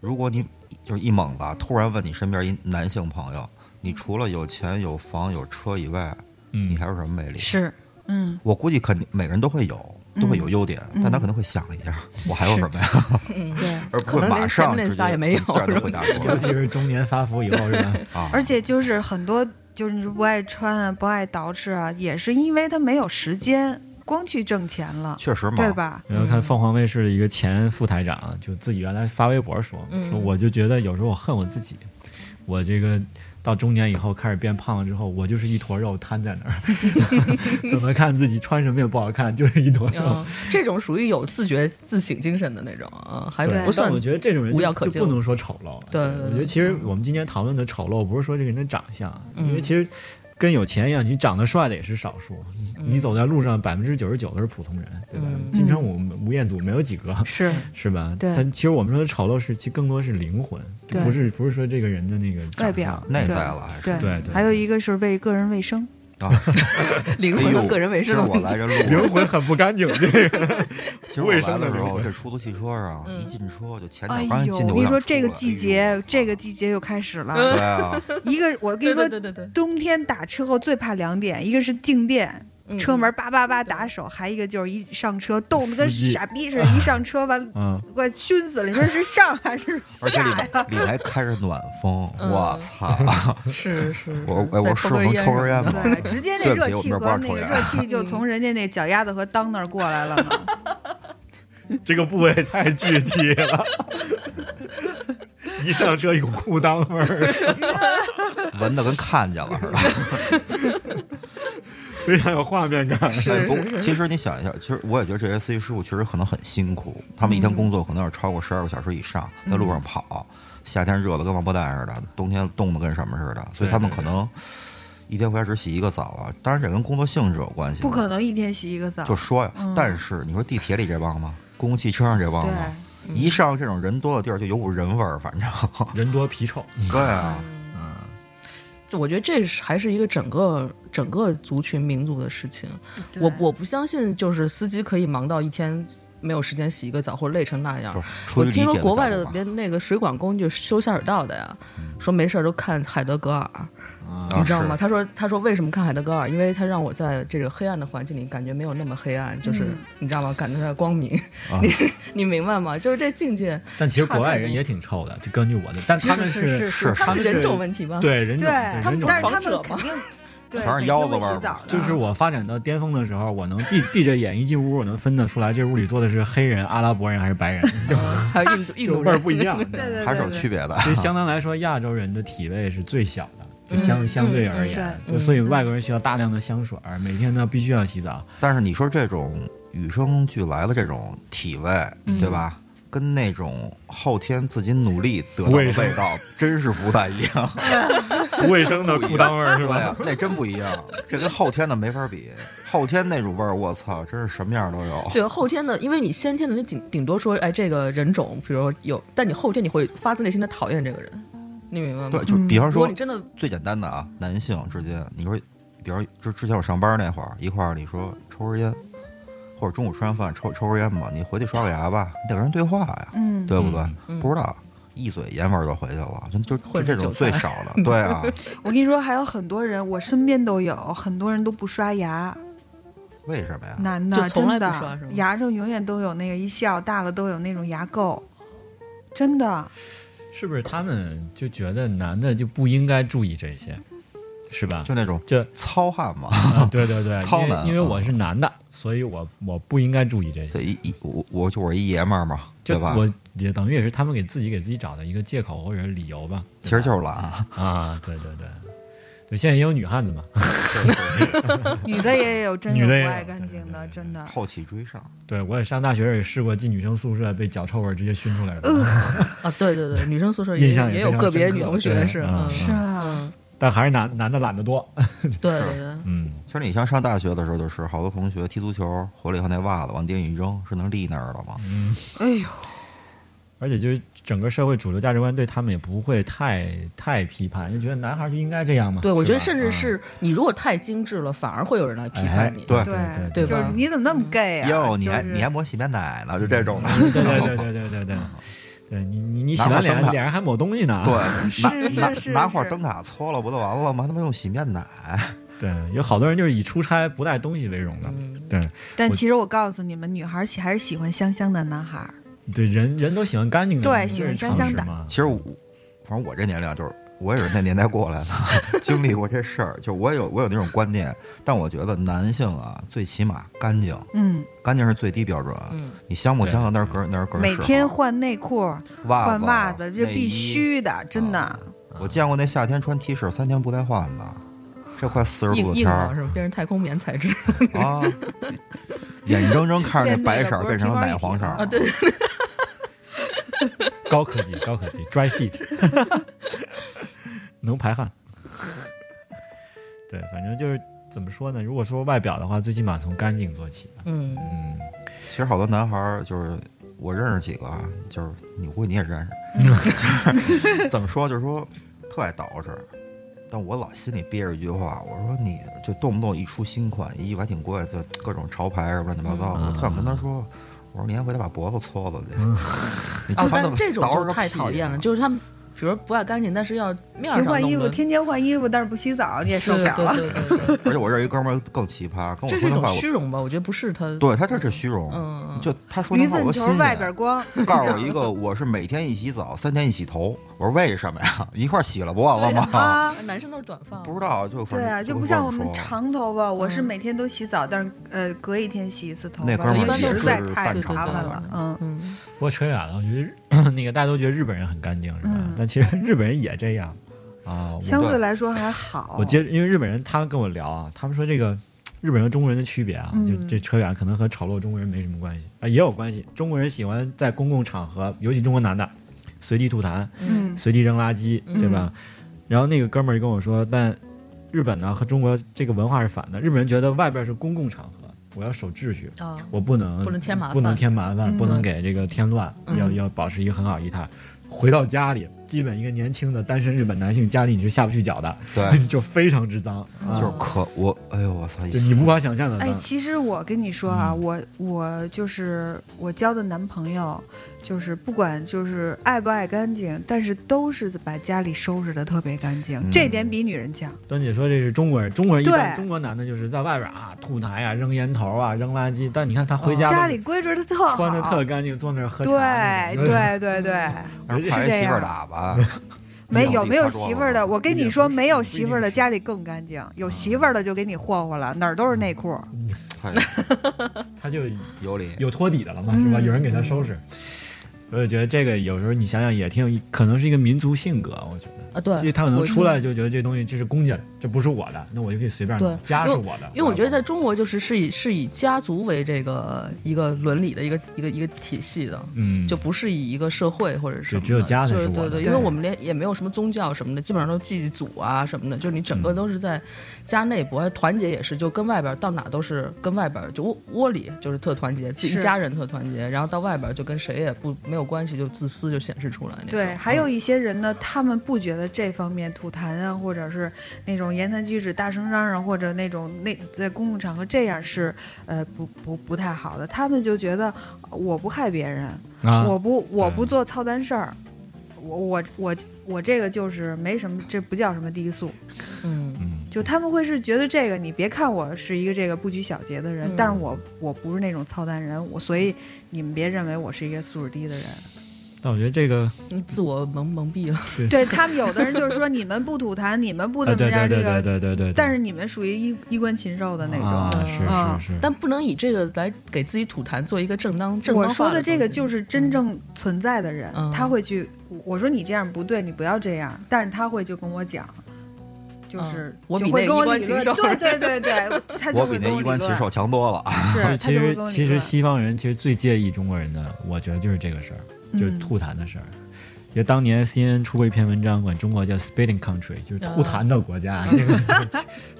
I: 如果你就是一猛子啊突然问你身边一男性朋友，你除了有钱、有房、有车以外，
K: 嗯，
I: 你还有什么魅力？
J: 是，嗯，
I: 我估计肯定每个人都会有，都会有优点，但他
J: 嗯
I: 可能会想一下，我还有什么呀？
J: 对。
I: 而
H: 可
I: 不
H: 能
I: 会马
H: 连前
I: 上
H: 面那
I: 直
H: 仨
I: 接
H: 也没有
I: 自然的回答
K: 尤
I: 说
K: 其是中年发福以后是吧？
I: 啊。
J: 而且就是很多就是你说不爱穿啊，不爱捯饬啊，也是因为他没有时间，光去挣钱了，
I: 确实嘛，
J: 对吧？
K: 然后看凤凰卫视的一个前副台长，就自己原来发微博说，
H: 嗯
K: 说我就觉得有时候我恨我自己，我这个到中年以后开始变胖了之后，我就是一坨肉摊在那儿，怎么看自己穿什么也不好看， 就是一坨肉。
H: 嗯，这种属于有自觉自省精神的那种啊，还
J: 对
H: 不算
K: 但我觉得这种人
H: 无药
K: 就
H: 可
K: 就
H: 救
K: 不能说丑陋。
H: 对对
K: 我
H: 对
K: 觉得其实我们今天讨论的丑陋，不是说这个人的长相，啊因为其实跟有钱一样，你长得帅的也是少数。你走在路上，百分之九十九都是普通人，对吧？
H: 嗯
K: 金城武、吴彦祖没有几个。
J: 是，
K: 是吧？
J: 对
K: 但其实我们说的丑陋是，其实更多是灵魂，
J: 对
K: 不是不是说这个人的那个
J: 外
K: 长
J: 表
K: 相
I: 内在了还是
J: 对
K: 对对
J: 还有一个是为个人卫生，
I: 啊？
H: 灵
I: 哎
H: 魂和
I: 呦
H: 个人卫
I: 今
H: 生
I: 儿
H: 的
I: 我
H: 问题
I: 来。 这
K: 灵
I: 路，
K: 魂很不干净。 这个
I: 其实我
K: 卫
I: 来
K: 生的
I: 的时
K: 灵
I: 候，
K: 魂
I: 这出租汽车啊，一进车就前脚
J: 嗯哎
I: 刚一
J: 呦，
I: 进去，
J: 我
I: 我
J: 跟你
I: 想
J: 说
I: 出
J: 这个
I: 来
J: 季
I: 哎
J: 节
I: 呦，
J: 这个季节又开始了。
I: 对啊，
J: 一个我跟你
H: 对对
J: 说，
H: 对对对，
J: 冬天打车后最怕两点，一个是静电，
H: 嗯
J: 车门叭叭叭打手，还一个就是一上车冻得跟
K: 司机
J: 傻逼似的，一上车完
K: 嗯，
J: 快熏死了。你说是上还是
I: 而 且
J: 下呀？
I: 里里还开着暖风，
J: 嗯
I: 我操！
H: 是是，
I: 我哎，我
H: 再
I: 是
H: 抽
I: 能抽根
H: 根
I: 烟
H: 烟
I: 吗？
J: 对，直接那
I: 嗯对
J: 热
I: 不
J: 气
I: 起我
J: 和
I: 们
J: 那
I: 这
J: 个
I: 儿不让抽
J: 热气就从人家那脚丫子和裆那儿过来了嘛。
I: 嗯
K: 这个部位太具体了。一上车有裤裆味儿，
I: 闻的跟看见了似的。
K: 非常有画面感。
I: 哎不过其实你想一下，其实我也觉得这些司机师傅确实可能很辛苦，他们一天工作可能要超过十二个小时以上，
H: 嗯
I: 在路上跑，夏天热的跟王八蛋似的，冬天冻得跟什么似的，所以他们可能一天回家只洗一个澡啊。当然这跟工作性质有关系，啊
J: 不可能一天洗一个澡。
I: 就说呀
J: 嗯。
I: 但是你说地铁里这帮吗？公共汽车上这帮
J: 对，
I: 吗？
H: 嗯
I: 一上这种人多的地儿就有股人味儿，反正
K: 人多皮臭，
I: 对啊，
H: 就我觉得这是还是一个整个整个族群民族的事情。我我不相信，就是司机可以忙到一天没有时间洗一个澡或者累成那样
I: 就。是出
H: 我
I: 于理
H: 听
I: 解
H: 说
I: 的
H: 国外
I: 角
H: 的
I: 度吧嗯
H: 连那个水管工就修下水道的呀，说没事儿都看海德格尔，
I: 啊
H: 你知道
I: 是
H: 吗？他说他说为什么看海德格尔？因为他让我在这个黑暗的环境里感觉没有那么黑暗，就是、
J: 嗯
H: 你知道吗？感觉到光明，
I: 啊
H: 你你明白吗？就是这境界，
K: 但其实国外人也挺臭的，就根据我的，但他们
J: 是
I: 是是
H: 他们人种问题吧？，
K: 对人种，
J: 对，
K: 人种
J: 但是
H: 狂
J: 他
H: 扯
J: 们
H: 嘛
J: 肯定对
I: 全是
J: 每天
I: 腰子
J: 会
I: 味儿
J: 洗澡
I: 嘛
J: 的，
K: 就是我发展到巅峰的时候，我能闭闭着眼一进屋，我能分得出来这屋里坐的是黑人、阿拉伯人还是白人，就
H: 哦还有印度 印
K: 就
H: 度
K: 味儿
H: 人
K: 不一样。
J: 对对对，
I: 还是有
J: 对
I: 区别的。
K: 所以相当来说，亚洲人的体味是最小的，就相、
H: 嗯
K: 相对而言，
J: 嗯
H: 对
K: 就所以外国人需要 大量的香水儿，每天呢必须要洗澡。
I: 但是你说这种与生俱来的这种体味，
H: 嗯
I: 对吧？跟那种后天自己努力得到的
K: 卫生
I: 味道真是不太一样，
K: 不卫生的裤裆味儿是
I: 对呀？啊那真不一样，这跟后天的没法比。后天那种味儿，我操，真是什么样都有。
H: 对后天的，因为你先天的，你顶顶多说，哎，这个人种，比如有，但你后天你会发自内心的讨厌这个人，你明白吗？
I: 对，就比方
H: 嗯如果
I: 说
H: 你真的
I: 最简单的啊，男性之间，你说，比方之之前我上班那会儿，一块儿你说抽根烟，或者中午吃完饭抽抽根烟吧，你回去刷个牙吧，你得跟人对话呀，
J: 嗯，
I: 对不对？
H: 嗯
I: 不知道，一嘴盐味儿就回去了，就就就
H: 混着
I: 这种
H: 韭菜
I: 最少的，对 啊，
J: 我跟你说，还有很多人，我身边都有很多人都不刷牙，
I: 为什么呀？
J: 男
H: 就
J: 的
H: 从来
J: 真
H: 不刷是
J: 的
H: 吗
J: 牙上永远都有那个一笑大了都有那种牙垢，真的。
K: 是不是他们就觉得男的就不应该注意这些？是吧？
I: 就那种
K: 就
I: 糙汉 嘛
K: 啊，对对对，
I: 糙
K: 因为
I: 男
K: 因为
I: 嗯
K: 我是男的，所以我我不应该注意这些。
I: 对，一一我我就我一爷们儿嘛，对
K: 就
I: 吧？
K: 我也等于也是他们给自己给自己找的一个借口或者理由吧。
I: 其实就是懒，
K: 啊，对对对，对，现在也有女汉子嘛，
J: 女的也有真有
K: 女的也
J: 不
K: 有
J: 爱干净的，真的。
I: 后起追上。
K: 对我也上大学也试过进女生宿舍被脚臭味儿直接熏出来的，
H: 啊，对对对，女生宿舍
K: 印
H: 也
K: 象
H: 也
K: 非
H: 有
K: 常
H: 个别
K: 深刻
H: 女同学
K: 对
H: 是，
K: 嗯
H: 嗯，
K: 嗯
J: 是啊，
K: 但还是男男的懒得多。
H: 对对对，
K: 嗯，
I: 其实你像上大学的时候，就是好多同学踢足球回来以后那袜子往地上一扔，是能立那儿的吗？
K: 嗯
J: 哎呦，
K: 而且就是整个社会主流价值观对他们也不会太太批判，就觉得男孩儿就应该这样嘛。
H: 对我觉得
K: 吧
H: 甚至
K: 啊
H: 是你如果太精致了，反而会有人来批判你。
K: 对对
J: 对
K: 嗯
J: 就是
H: 吧
J: 你怎么那么 gay 啊？
I: 哟，你
J: 就
I: 还
J: 是
I: 你还抹洗面奶呢，就这种的。
K: 对对对对对对对，对你你嗯你洗
I: 拿会儿
K: 完
I: 灯
K: 脸
I: 吧
K: 脸啊上还抹东西呢。
I: 对，
J: 是
I: 拿
J: 是是
I: 拿拿块灯塔搓了不就完了吗？还他妈用洗面奶，
K: 对，有好多人就是以出差不带东西为荣的。对
J: 嗯但
K: 我
J: 其实我告诉你们，女孩儿喜还是喜欢香香的男孩儿。
K: 对，人人都喜欢干净的，这
J: 对
K: 是
J: 喜欢
K: 常
J: 香香
K: 识
J: 的
K: 嘛。
I: 其实我，反正我这年龄啊就是我也是那年代过来的， 经历过这事儿，就我有我有那种观念，但我觉得男性啊，最起码干净，
J: 嗯，
I: 干净是最低标准。
H: 嗯
I: 你香不香啊？那是个人那是个人
J: 每
I: 嗜好
J: 天换内裤、
I: 袜
J: 换袜子，这
I: 内
J: 必
I: 衣。啊
J: 须的，真的。
K: 嗯
I: 我见过那夏天穿 T 恤三天不带换的，这快四十
H: 硬
I: 度的
H: 硬
I: 天
H: 了
I: 儿
H: 是吧？变成太空棉材质
I: 啊， 眼睁睁看着那
J: 变
I: 白
J: 那个
I: 色儿
J: 不是
I: 变成了
J: 平方一
I: 奶黄
J: 体
I: 色儿
J: 啊
H: 对
K: 高科技，高科技，dry fit，能排汗。对，反正就是怎么说呢？如果说外表的话，最起码从干净做起吧。
H: 嗯，
K: 嗯，
I: 其实好多男孩儿就是我认识几个，啊，就是你估计你也认识，就是怎么说，就是说特爱捯饬，但我老心里憋着一句话，我说你就动不动一出新款衣服还挺贵，就各种潮牌什么乱七八糟的，我特想跟他说。我说你还回头把脖子搓搓去，你
H: 哦
I: 穿，
H: 但
I: 那么
H: 这种
I: 捯饬
H: 就
I: 个
H: 太
I: 屁
H: 讨厌
I: 呀
H: 了，就是他们，比如不爱干净，但是要面儿上
J: 勤换衣
H: 弄
J: 服，
H: 得
J: 天天换衣服，但是不洗澡，你也受不了啊了。
H: 对对对对对，
I: 而且我认识一哥们儿更奇葩，跟 我
H: 这是
I: 说
H: 一
I: 那
H: 种
I: 话我，
H: 虚荣吧？我觉得不是他，
I: 对他这是虚荣，
H: 嗯，
I: 就他说那
J: 驴
I: 话
J: 粪
I: 我都
J: 球
I: 心
J: 外
I: 眼
J: 边光，
I: 告诉我一个，我是每天一洗澡，三天一洗头。我说为什么呀？一块儿洗了不完了吗？
H: 啊，男生都是短发，
I: 不知道，就反
J: 对
I: 正
J: 啊，就
I: 就
J: 不
I: 跟
J: 像
I: 我
J: 我们
I: 说
J: 长头发，我是
H: 嗯
J: 每天都洗澡，但是呃，隔一天洗一次头发，
I: 那哥们
H: 儿
J: 我
H: 也
J: 实
H: 是
J: 在太
H: 半长
J: 麻烦
H: 头
I: 发
J: 了。嗯，
H: 嗯，
K: 不过扯远了，我觉得日那个大家都觉得日本人很干净是吧？
J: 嗯
K: 但其实日本人也这样啊。我
J: 相对来说还好。
K: 我接，因为日本人他跟我聊啊，他们说这个日本人和中国人的区别啊，就这扯远，可能和丑陋中国人没什么关系啊、也有关系。中国人喜欢在公共场合，尤其中国男的，随地吐痰、
J: 嗯，
K: 随地扔垃圾，对吧？然后那个哥们儿跟我说，但日本呢和中国这个文化是反的，日本人觉得外边是公共场合，我要守秩序，
H: 啊，
K: 我不能
H: 不能添麻烦
K: 不能添麻烦，
J: 嗯
K: 不能给这个添乱，
H: 嗯
K: 要要保持一个很好仪态。回到家里，基本一个年轻的单身日本男性家里你是下不去脚的，
I: 对，
K: 就非常之脏，啊
I: 就是可我，哎呦我操！
K: 就你无法想象的
J: 哎，
K: 脏。
J: 其实我跟你说啊，我我就是我交的男朋友，就是不管就是爱不爱干净，但是都是把家里收拾的特别干净，
I: 嗯
J: 这点比女人强。
K: 端姐说这是中国人，中国人一般
J: 对
K: 中国男的就是在外边啊吐痰呀、扔烟头啊、扔垃圾，但你看他回家
J: 家
K: 都
J: 里规矩的特好，
K: 穿的特干净，坐那儿喝茶那
J: 对
K: 种。
J: 对对对，
I: 嗯而且
J: 是
I: 怕人
J: 这
I: 媳妇儿
J: 样
I: 打吧？
J: 没
I: 你
J: 有没有
I: 老弟擦
J: 媳妇
I: 桌
J: 儿
I: 子
J: 的，我跟你说，
K: 不一定是
J: 没有媳妇儿
K: 不
J: 的
K: 一定是
J: 家里更干净，
K: 啊
J: 有媳妇儿的就给你霍霍了，哪儿都是内裤。
I: 哎
K: 他就
I: 有理。
K: 有托底的了嘛，是吧？
J: 嗯
K: 有人给他收拾。我也觉得这个有时候你想想也挺有意，可能是一个民族性格，我觉得，
H: 啊，对，
K: 因为他可能
H: 我
K: 出来就觉得这东西这是公家的，这不是我的，那我就可以随便拿
H: 对
K: 家是我的，
H: 因为我觉得在中国就是是以是以家族为这个一个伦理的一个一个一个体系的，
K: 嗯，
H: 就不是以一个社会或者是
K: 就只有家才
H: 就是是
K: 我
H: 对
K: 的
H: 对，
K: 对
H: 因为我们连也没有什么宗教什么的，基本上都祭祖啊什么的，就是你整个都是在家内部，还团结也是，就跟外边到哪都是跟外边就窝窝里就是特团结，自己
J: 是
H: 家人特团结，然后到外边就跟谁也不没有关系，就自私就显示出来那种。嗯
J: 对，还
K: 嗯
J: 有一些人呢，他们不觉得这方面吐痰啊，或者是那种言谈举止大声嚷嚷，或者那种那在公共场合这样是呃不不不太好的，他们就觉得呃我不害别人，
K: 啊，
J: 我不我不做操蛋事儿，我我我我这个就是没什么，这不叫什么低俗。
H: 嗯，
K: 嗯，
J: 就他们会是觉得这个，你别看我是一个这个不拘小节的人，
H: 嗯
J: 但是我我不是那种操蛋人，我所以你们别认为我是一个素质低的人。
K: 但我觉得这个
H: 嗯自我蒙蒙蔽了。
K: 对
J: 对他们有的人就是说你们不吐痰，你们不
K: 啊
J: 怎么
K: 对
J: 样，
K: 对
J: 这
K: 对
J: 个
K: 对对对对，
J: 但是你们属于衣衣冠禽兽的那种。
K: 啊是
J: 嗯
K: 是是，
H: 但不能以这个来给自己吐痰，做一个正当正当
J: 我说
H: 化的
J: 的这个
H: 东西
J: 就是真正存在的人，
H: 嗯
J: 他会去我我说你这样不对，你不要这样，但是他会就跟我讲，就是、
H: 嗯我比
J: 就会
H: 那
J: 跟
H: 衣
J: 我
H: 冠
J: 理
H: 禽
J: 论，
H: 兽
J: 对对对对，他就
I: 我
J: 会
I: 比
J: 跟
I: 那
J: 我
I: 衣
J: 理
I: 冠
J: 论，
I: 禽兽强多 了啊！
J: 是
K: 就
J: 他
K: 其
J: 就会
K: 实
J: 跟我理
K: 其实
J: 论。
K: 西方人其实最介意中国人的，我觉得就是这个事儿，就是
J: 嗯
K: 吐痰的事儿。也当年 CNN 出过一篇文章，管中国叫 spitting country，就是吐痰的国家，这个 就是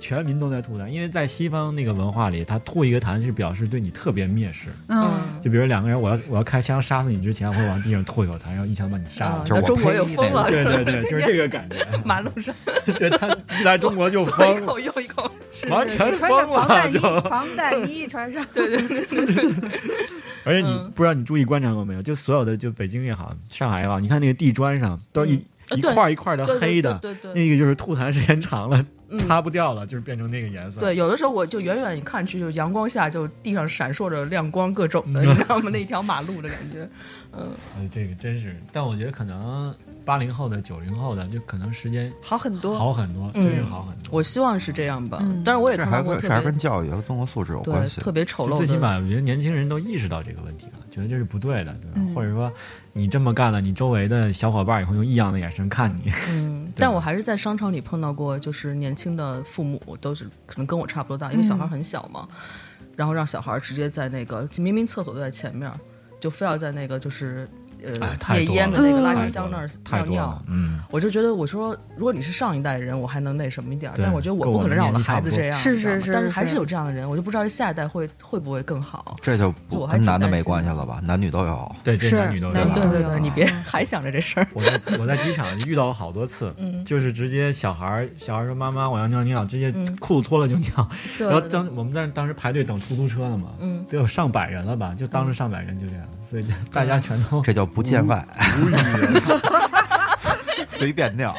K: 全民都在吐痰。因为在西方那个文化里，他吐一个痰是表示对你特别蔑视。
J: 嗯，
K: 就比如两个人，我要我要开枪杀死你之前，我会往地上吐一口痰，然后一枪把你杀了。
I: 就是我
H: 啊中国
I: 呸
H: 有
I: 你
H: 风
I: 那
H: 了，
K: 对对对，就是这个感觉。
H: 马路上
K: 对他一来中 国就
H: 左一
K: 疯了，
H: 口右一口，
K: 完
J: 是
K: 全
J: 穿
K: 疯了
J: 上防弹
K: 就。
J: 衣，防弹衣穿上，对对
K: 而且你
H: 嗯
K: 不知道你注意观察过没有，就所有的就北京也好，上海也好，你看那个地砖上都是一、
H: 嗯
K: 一
H: 对
K: 块儿一块儿的
H: 对对
K: 黑的，
H: 对对对
K: 那个就是吐痰时间长了
H: 嗯
K: 擦不掉了，就是变成那个颜色。
H: 对，有的时候我就远远一看去，就是阳光下，就地上闪烁着亮光，各种 的，你知道吗？那条马路的感觉，
K: 哎，这个真是，但我觉得可能八零后的、九零后的，就可能时间
J: 好很多。
K: 好很多，
H: 嗯
K: 真是好很多。
H: 我希望是这样吧
J: 嗯。
H: 但是我也
I: 这
H: 看
I: 还
H: 到过
I: 跟这
H: 特
I: 还
H: 别
I: 跟教育和综合素质有关
H: 对
I: 系。
H: 特别丑
K: 就
H: 陋
K: 最起
H: 的，
K: 码，我觉得年轻人都意识到这个问题了，觉得这是不对的，对吧？
J: 嗯
K: 或者说，你这么干了，你周围的小伙伴也会用异样的眼神看你。
H: 嗯，但我还是在商场里碰到过，就是年轻的父母都是可能跟我差不多大，因为
J: 嗯
H: 小孩很小嘛，然后让小孩直接在那个明明厕所都在前面，就非要在那个就是
K: 哎
H: 呃
K: 太
H: 灭
K: 多
H: 烟的
K: 了
J: 嗯
H: 那个垃
K: 太
H: 圾
K: 多
H: 箱那儿
K: 了太
H: 尿
K: 多
H: 尿
K: 了，。嗯。
H: 我就觉得，我说，如果你是上一代人，我还能那什么一点儿，
K: 对
H: 但我觉得我
K: 跟
H: 不
K: 我
H: 可
K: 们
H: 能让我的
K: 年纪差
H: 孩
K: 不
H: 子
K: 多
H: 这样，
J: 是
H: 你知道
J: 是
H: 吗
J: 是
H: 但是还
J: 是
H: 是有这样的人，我就不知道这下一代会会不会更好。
I: 这就
H: 就我
I: 不
H: 还
I: 跟
H: 挺
I: 男的
H: 担
I: 没
H: 心
I: 关系
H: 的
I: 了吧？男女都有。
K: 对，这
J: 是
K: 男女都有
J: 男
K: 吧。
J: 女
H: 对
J: 都
H: 对
J: 有
H: 对，你别 还想着这事儿，
K: 我在我在机场遇到好多次，
H: 嗯
K: 就是直接小孩儿小孩儿说妈妈我要尿尿，直接
H: 嗯
K: 裤子脱了就尿。
H: 对
K: 然后
H: 对
K: 当我们在当时排队等出租车呢嘛，
H: 嗯
K: 得有上百人了吧，就当时上百人就这样，所以大家全都
I: 这叫不见外， 随便尿。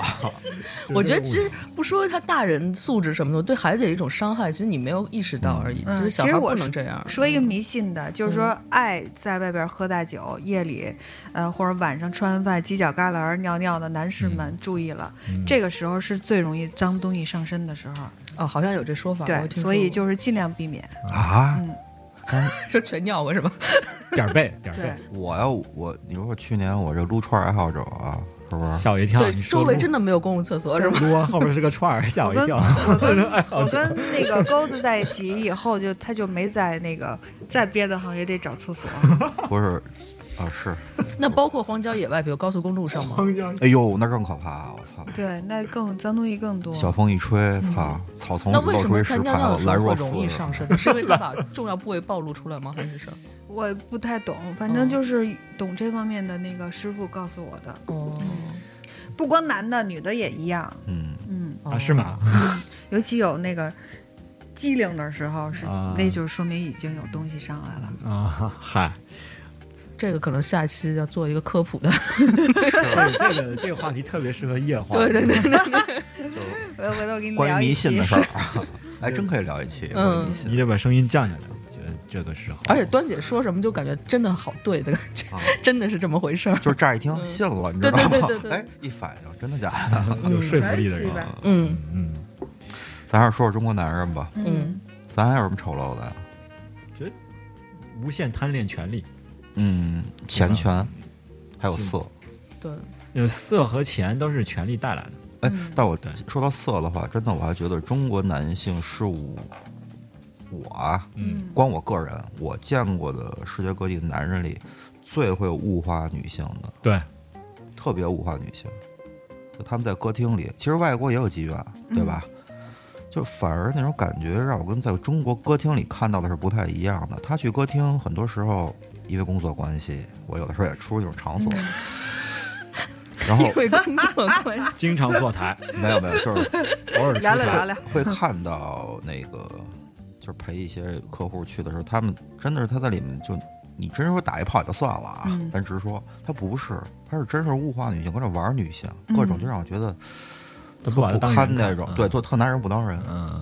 H: 我觉得其实不说他大人素质什么的，对孩子也有一种伤害，其实你没有意识到而已。
J: 嗯
H: 其实小
J: 其
H: 孩
J: 实我
H: 不能这样。
J: 说一个迷信的，就是说爱在外边喝大酒，夜里，呃或者晚上吃完饭犄角旮旯儿尿尿的男士们注意了，这个时候是最容易脏东西上身的时候，
H: 哦，好像有这说法，我
J: 对，
H: 听说
J: 所以
H: 过
J: 就是尽量避免。
I: 啊！
J: 嗯，
H: 说全尿过是吧？
K: 点儿背点儿
J: 对
K: 背，，
I: 我要我，你说我去年我这撸串爱好者啊，是不是？
K: 吓我一跳，啊你
H: 周
K: 说
H: 围真的没有公共厕所是吗？
K: 撸后边是个串儿，吓我一跳。
J: 我跟我跟那个钩子在一起以后，就他就没在那个在别的行业得找厕所。
I: 不是，啊是。
H: 那包括荒郊野外，比如高速公路上吗？
I: 哎呦，那更可怕！我操，
J: 对，那更脏东西更多。
I: 小风一吹，操，草丛里
H: 嗯那为
I: 露
H: 什
I: 出
H: 么
I: 一
H: 在
I: 石
H: 尿
I: 牌
H: 尿的
I: 子，
H: 时
I: 兰
H: 候
I: 若
H: 会
I: 寺
H: 容
I: 似
H: 易
I: 的
H: 上身 呢？是因为他把重要部位暴露出来吗？还是什么？
J: 我不太懂，反正就是懂这方面的那个师傅告诉我的，
H: 哦，
J: 不光男的，女的也一样。
I: 嗯，
J: 嗯，
K: 啊，是吗？
J: 尤其有那个机灵的时候是，
K: 啊
J: 那就说明已经有东西上来了。
K: 啊，嗨，
H: 这个可能下期要做一个科普的。
K: 这个这个这个话题特别适合夜话，
H: 对对对，
J: 我回
H: 嗯
J: 头给你
I: 关
J: 聊
I: 于
J: 一
I: 迷
J: 期
I: 信的事儿， 哎，真可以聊一期关于迷信
K: 你。得把声音降下来，我觉得这个时候，
H: 而且端姐说什么就感觉真的好对的感觉
I: 啊，
H: 真的是这么回事儿。
I: 就是乍一听信了，你知道
H: 嗯对对
I: 吗
H: 对对？对
I: 哎，一反应，真的假的？
K: 有说服力的
J: 神奇
K: 人，啊
J: 吧
H: 嗯
K: 嗯。
I: 咱还是说说中国男人吧，
H: 嗯，
I: 咱还有什么丑陋的呀？
K: 无限贪恋权力。
I: 嗯，
H: 啊
I: 钱权，还有色。
H: 对，
K: 呃，色和钱都是权力带来的。
I: 哎，但我
K: 对
I: 说到色的话，真的我还觉得中国男性是我，我啊，
K: 嗯，
I: 光我个人，我见过的世界各地的男人里，最会物化女性的，
K: 对，
I: 特别物化女性。就他们在歌厅里，其实外国也有妓院，对吧？就反而那种感觉让我跟在中国歌厅里看到的是不太一样的。他去歌厅，很多时候因为工作关系，我有的时候也出入那种场所， 然后
H: 会工作关 系。
K: 经常坐台，
I: 没有没有，就是
K: 偶尔吃
J: 聊聊
K: 饭
J: 聊聊，
I: 会看到那个，就是陪一些客户去的时候，他们真的是他在里面就，你真说打一炮也就算了啊，
J: 嗯嗯
I: 咱直说，他不是，他是真是物化女性，跟这玩女性，各种就让我觉得
K: 他
I: 特
K: 不把他
I: 不
K: 当
I: 堪
K: 人
I: 那
K: 看
I: 种，
K: 嗯
I: 对，就特拿人不当人。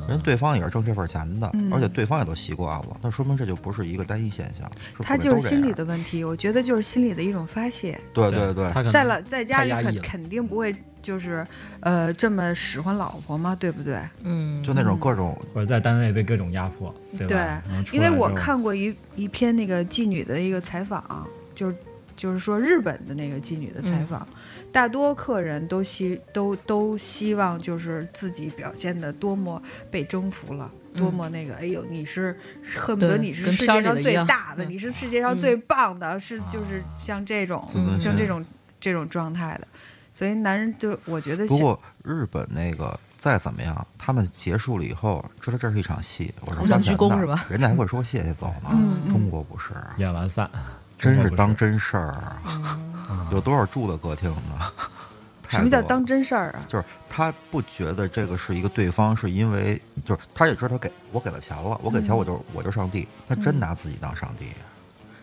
I: 人对方也是挣这份钱的，
J: 嗯
I: 而且对方也都习惯了，那说明这就不是一个单一现象，是
J: 他
I: 普遍
J: 就
I: 都
K: 啊
J: 是
I: 这
J: 心理
I: 样
J: 的问题，我觉得就是心理的一种发泄。
I: 对对对，
K: 他可能
J: 在了在家
K: 太
J: 里
K: 压抑
J: 肯
K: 了
J: 肯定不会就是呃这么使唤老婆嘛，对不对？
D: 嗯，
I: 就那种各种
K: 或者在单位被各种压迫，对
J: 对
K: 吧？然后出
J: 因为
K: 来之
J: 我
K: 后
J: 看过一一篇那个妓女的一个采访，就是就是说日本的那个妓女的
H: 嗯
J: 采访，大多客人都希都都希望就是自己表现的多么被征服了。多么那个，哎呦，你是恨不得
H: 嗯对
J: 你是
H: 跟
J: 世
H: 片
J: 界
H: 儿里
J: 上
H: 的一
J: 最
H: 样嗯
J: 大的，你是世界上最棒的，是就是
K: 啊
J: 像这种
I: 自尊心
J: 像嗯这种这种状态的，所以男人就我觉得
I: 不
J: 像
I: 过日本那个再怎么样，他们结束了以后知道这是一场戏，我是
H: 互相
I: 花钱
H: 鞠躬
I: 的
H: 是吧嗯
I: 人家还会说谢谢走呢。中国不是，
K: 演完散，
I: 真
K: 中
I: 是
K: 国不
I: 当真事儿啊！
H: 嗯
I: 有多少住的歌厅 呢？
J: 什么叫
I: 太多了
J: 当真事儿啊？
I: 就是他不觉得这个是一个对方，是因为就是他也知道他给我给了钱了，我给钱我就、我就上帝，他真拿自己当上帝，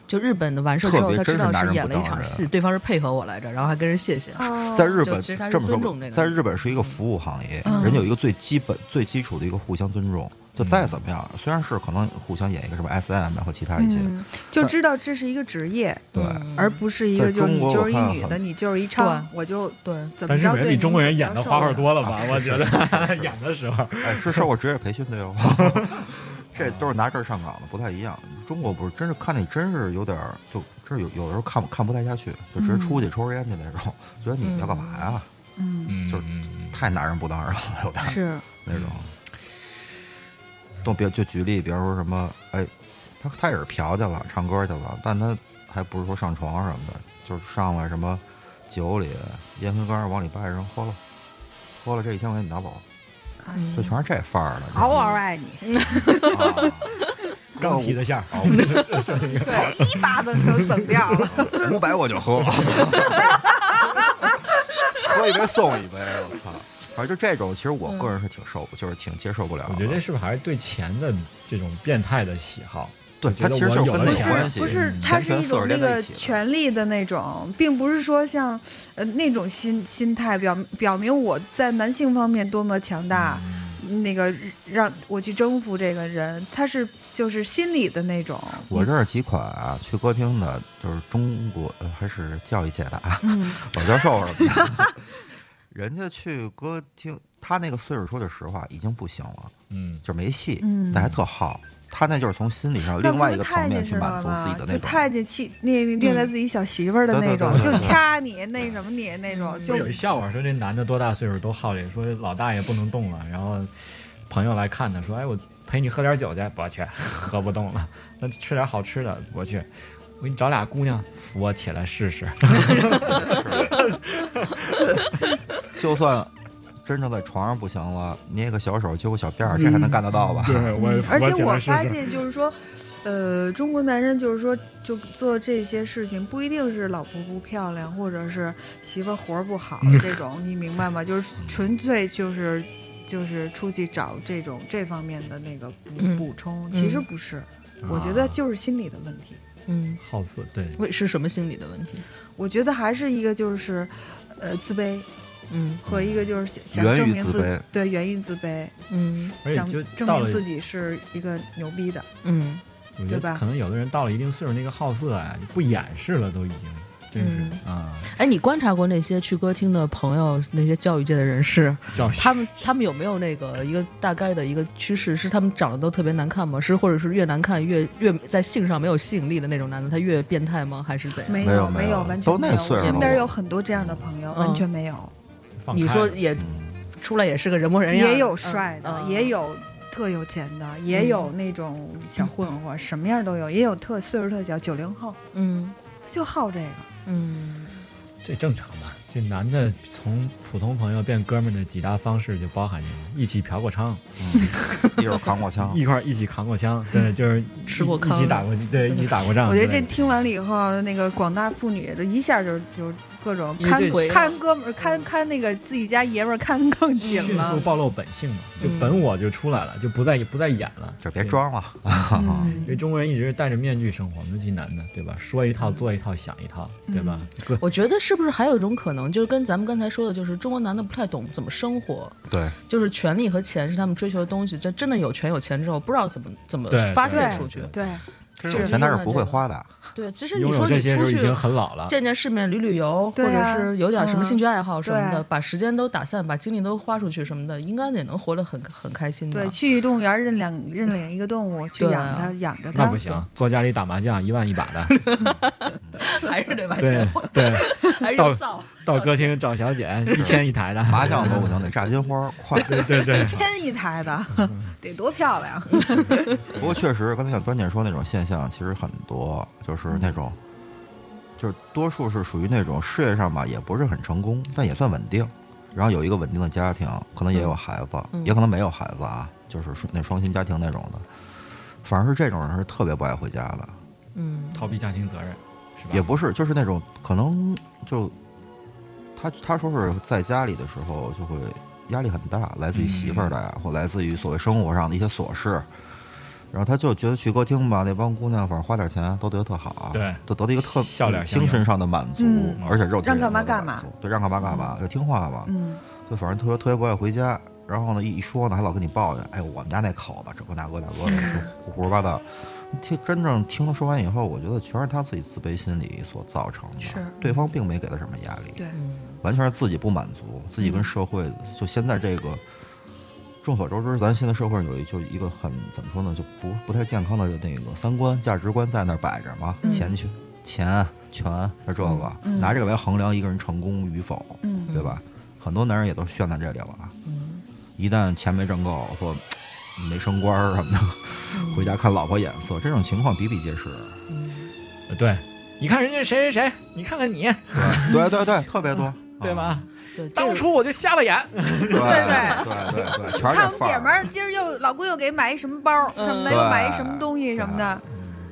H: 就日本的完事儿之
I: 特
H: 后，
I: 别
H: 他知
I: 真是
H: 道
I: 男人
H: 是
I: 不
H: 演了一
I: 当
H: 场
I: 人啊
H: 戏，对方是配合我来着，然后还跟人谢谢。
I: 在日本
H: 哦就其实还是
I: 这么说
H: 尊
I: 吧
H: 重这，个嗯
I: 在日本是一个服务行业，人有一个最基本、最基础的一个互相尊重。就再怎么样，虽然是可能互相演一个什么 S M 和其他一些，
J: 嗯，就知道这是一个职业，嗯
I: 对，
J: 而不是一个
I: 在
J: 就
I: 中
J: 是你
I: 国我
J: 就是一
I: 看
J: 女的，
I: 很
J: 你就是一唱，我就
H: 对，
J: 怎么
K: 但日
J: 着
K: 本人
J: 对
K: 比
J: 你
K: 中国人
J: 比较
K: 演的
J: 受
K: 花
J: 不
K: 花
J: 了
K: 多了
I: 啊
K: 吧？我觉 得演的时候，
I: 哎，是受过职业培训 的哟， 这都是拿证上岗的，不太一样。中国不是，真是看你真是有点儿，就这有有的时候看看不太下去，就直接出去抽根烟去那种，觉得你们要干嘛呀？
J: 嗯，
K: 嗯
I: 就是太拿人不当人了，有点儿
J: 是
I: 那种。
K: 嗯
I: 都别就举例，比方说什么，哎，他他也是嫖去了，唱歌去了，但他还不是说上床什么的，就是上来什么酒里烟灰缸往里掰，然后喝了，喝了这一千块钱你拿走，就全是这范儿的。
J: 嗷嗷爱 你，
I: 啊
K: 刚提的馅儿，
J: 对，一巴掌就整掉了。
I: 五百我就喝， 喝一杯送一杯，我操！反正就这种，其实我个人是挺受，就是挺接受不了的。
K: 我觉得这是不是还是对钱的这种变态的喜好？
I: 对，
K: 我觉
I: 它
K: 得
I: 其实
K: 我
I: 是
K: 有
I: 跟
K: 了
I: 那有
K: 钱
I: 关系，
J: 不是，它
I: 钱
J: 是
I: 权
J: 一
I: 四
J: 种
I: 是
J: 那
I: 连在
J: 个
I: 一起的。
J: 权力的那种，并不是说像呃那种心心态表表明我在男性方面多么强大，嗯那个让我去征服这个人，他是就是心理的那种，
I: 我认识几款啊，去歌厅的，就是中国呃还是教育界的啊，
J: 嗯
I: 老教授什么的， 人家去歌厅，他那个岁数说句实话已经不行了，
K: 嗯，
I: 就没戏，
J: 嗯
I: 但还特好。他那就是从心理上
J: 那
I: 另
J: 不
I: 外
J: 是
I: 一个层
J: 太
I: 面
J: 监
I: 去
J: 知道
I: 满足
J: 吗
I: 自己的那
J: 就
I: 种。嗯
J: 太监气那那虐待自己小媳妇儿的
I: 对
J: 那
I: 对
J: 种，
I: 对对
J: 就
I: 对
J: 掐你那什么你那种，就
K: 就嗯有一笑话说这男的多大岁数都好这，说老大爷不能动了，然后朋友来看他说，哎，我陪你喝点酒去，不去，喝不动了，那吃点好吃的，不去。我给你找俩姑娘扶我起来试试，
I: 就算真正在床上不行了，捏个小手揪个小辫儿，这
J: 嗯
I: 还能干得到吧？
K: 对我
J: 而且我发现就是说，呃，中国男人就是说，就做这些事情不一定是老婆不漂亮，或者是媳妇儿活儿不好
K: 嗯
J: 这种，你明白吗？就是纯粹就是就是出去找这种这方面的那个补
H: 嗯
J: 补充，其实
H: 嗯
J: 不是，我觉
K: 啊
J: 得就是心理的问题。
H: 嗯，
K: 好色，对，
H: 为是什么心理的问题？
J: 我觉得还是一个就是，呃，自卑
H: 嗯
J: 和一个就是想
I: 源
J: 想
I: 于
J: 证明
I: 自
J: 自
I: 卑
J: 对源于自卑，
H: 嗯
K: 而且
J: 想
K: 就
J: 证
K: 到
J: 明
K: 了，
J: 自己是一个牛逼的。
H: 嗯
K: 我觉
J: 对吧
K: 得可能有的人到了一定岁数，那个好色啊，就不掩饰了，都已经，真是啊，
H: 哎，你观察过那些去歌厅的朋友，那些教育界的人士，
K: 叫
H: 他们他们有没有那个一个大概的一个趋势？是他们长得都特别难看吗？是或者是越难看越越在性上没有吸引力的那种男的，他越变态吗？还是怎样？
J: 没
I: 没有没
J: 没
I: 有
J: 完全
I: 都那
J: 没有
I: 岁
J: 我
I: 数
J: 身
I: 了
J: 边
I: 我
J: 有很多这样的朋友，
H: 嗯
J: 完全没有，
K: 放
H: 你
K: 开
H: 说
K: 了
H: 也出来也是个人模人样，
J: 也有帅的，
H: 嗯
J: 也有特有钱的，
K: 嗯
J: 也有那种小混混，什么样都有，也有特岁数特小，九零后
H: 嗯
J: 就好这个。
H: 嗯
K: 这正常吧？这男的从普通朋友变哥们儿的几大方式就包含这个一起嫖过娼，，
I: 嗯一手扛过枪
K: 一块儿一起扛过枪，嗯对，就是
J: 吃过
K: 一一起
J: 糠
K: 打过，对，一起打
H: 嗯
K: 过仗
J: 我
K: 之
J: 觉
K: 类
J: 得
K: 的。
J: 这听完了以后，那个广大妇女就一下就就各种
K: 因为
J: 看
K: 这是
J: 看哥们儿看看那个自己家爷们儿看得更紧
K: 迅速
J: 了。
K: 暴露本性嘛，就
H: 嗯
K: 本我就出来了，就不再不再演了，
I: 就别装了。
J: 嗯
K: 因为中国人一直是戴着面具生活，尤其男的，对吧？说一套做一套，想一套，
H: 嗯
K: 对吧？
J: 嗯
K: 各
H: 我觉得是不是还有一种可能，就是跟咱们刚才说的，就是中国男的不太懂怎么生活，
I: 对，
H: 就是权力和钱是他们追求的东西，这真的有权有钱之后，不知道怎么怎么
K: 对
H: 发泄
J: 啊对
H: 出去。
J: 对，
H: 是
I: 有钱他是不会花的，
H: 对，其实你
K: 拥有
H: 说你
K: 这些时
H: 出
K: 候
H: 去
K: 已经很老了，
H: 见见世面、旅旅游，或
J: 对
H: 者
J: 啊
H: 是有点什么
J: 嗯
H: 兴趣爱好什么的，
J: 对
H: 把时间都打散，把精力都花出去什么的，应该也能活得很很开心的。
J: 对，去动物园认两认领一个动物，去
H: 嗯对
J: 养它，养着它。
K: 那不行，坐家里打麻将一万一把的，
H: 还是得把
K: 对
H: 钱花，
K: 对，
H: 还是
K: 到
H: 要造。
K: 到歌厅找小姐一千一台的
I: 麻将都不行，得炸金花 儿快。
K: 对对对，
J: 千一台的， 得多漂亮！
I: 不过确实，刚才像端姐说那种现象，其实很多，就是那种，就是多数是属于那种事业上吧，也不是很成功，但也算稳定，然后有一个稳定的家庭，可能也有孩子，
J: 嗯
I: 也可能没有孩子啊，就是说那双薪家庭那种的。反而是这种人是特别不爱回家的，
H: 嗯，
K: 逃避家庭责任，是吧？
I: 也不是，就是那种可能就他他说是在家里的时候就会压力很大，来自于媳妇儿的呀，
J: 嗯
I: 或来自于所谓生活上的一些琐事。然后他就觉得去歌厅吧，那帮姑娘反正花点钱都得到特好，啊
K: 对
I: 都得到一个特
K: 笑脸相迎
I: 精神上的满足，
J: 嗯
I: 而且肉体
J: 让
I: 上
J: 干嘛
I: 的满
J: 干嘛
I: 足，对，让干嘛干嘛，就听话吧。
J: 嗯，
I: 就反正特别特别不爱回家，然后呢一一说呢还老跟你抱怨，哎呦我们家那口子这个那个那个的，就胡说八道。听真正听他说完以后，我觉得全是他自己自卑心理所造成的，
J: 是
I: 对方并没给他什么压力，
J: 对，嗯
I: 完全是自己不满足，自己跟社会的就现在这个。众所周知，咱现在社会上有一就一个很怎么说呢，就不不太健康的那个三观价值观在那儿摆着嘛，
J: 嗯
I: 钱去钱权是这个，拿这个来衡量一个人成功与否，
J: 嗯
I: 对吧？很多男人也都陷在这里了啊。一旦钱没挣够或嘖没升官儿什么
J: 嗯
I: 的，回家看老婆眼色，这种情况比比皆是。啊
K: 呃对，你看人家谁谁谁，你看看你，
I: 对对对，特别多，
K: 对
I: 啊？
K: 吧？
H: 对，这
K: 当
H: 个
K: 初我就瞎了眼，
I: 对对对对对，全是
J: 看
I: 这
J: 我们
I: 范
J: 姐
I: 儿啊
J: 们儿今儿又老公又给买一什么包什么的，
I: 嗯
J: 又买一什么东西什么的，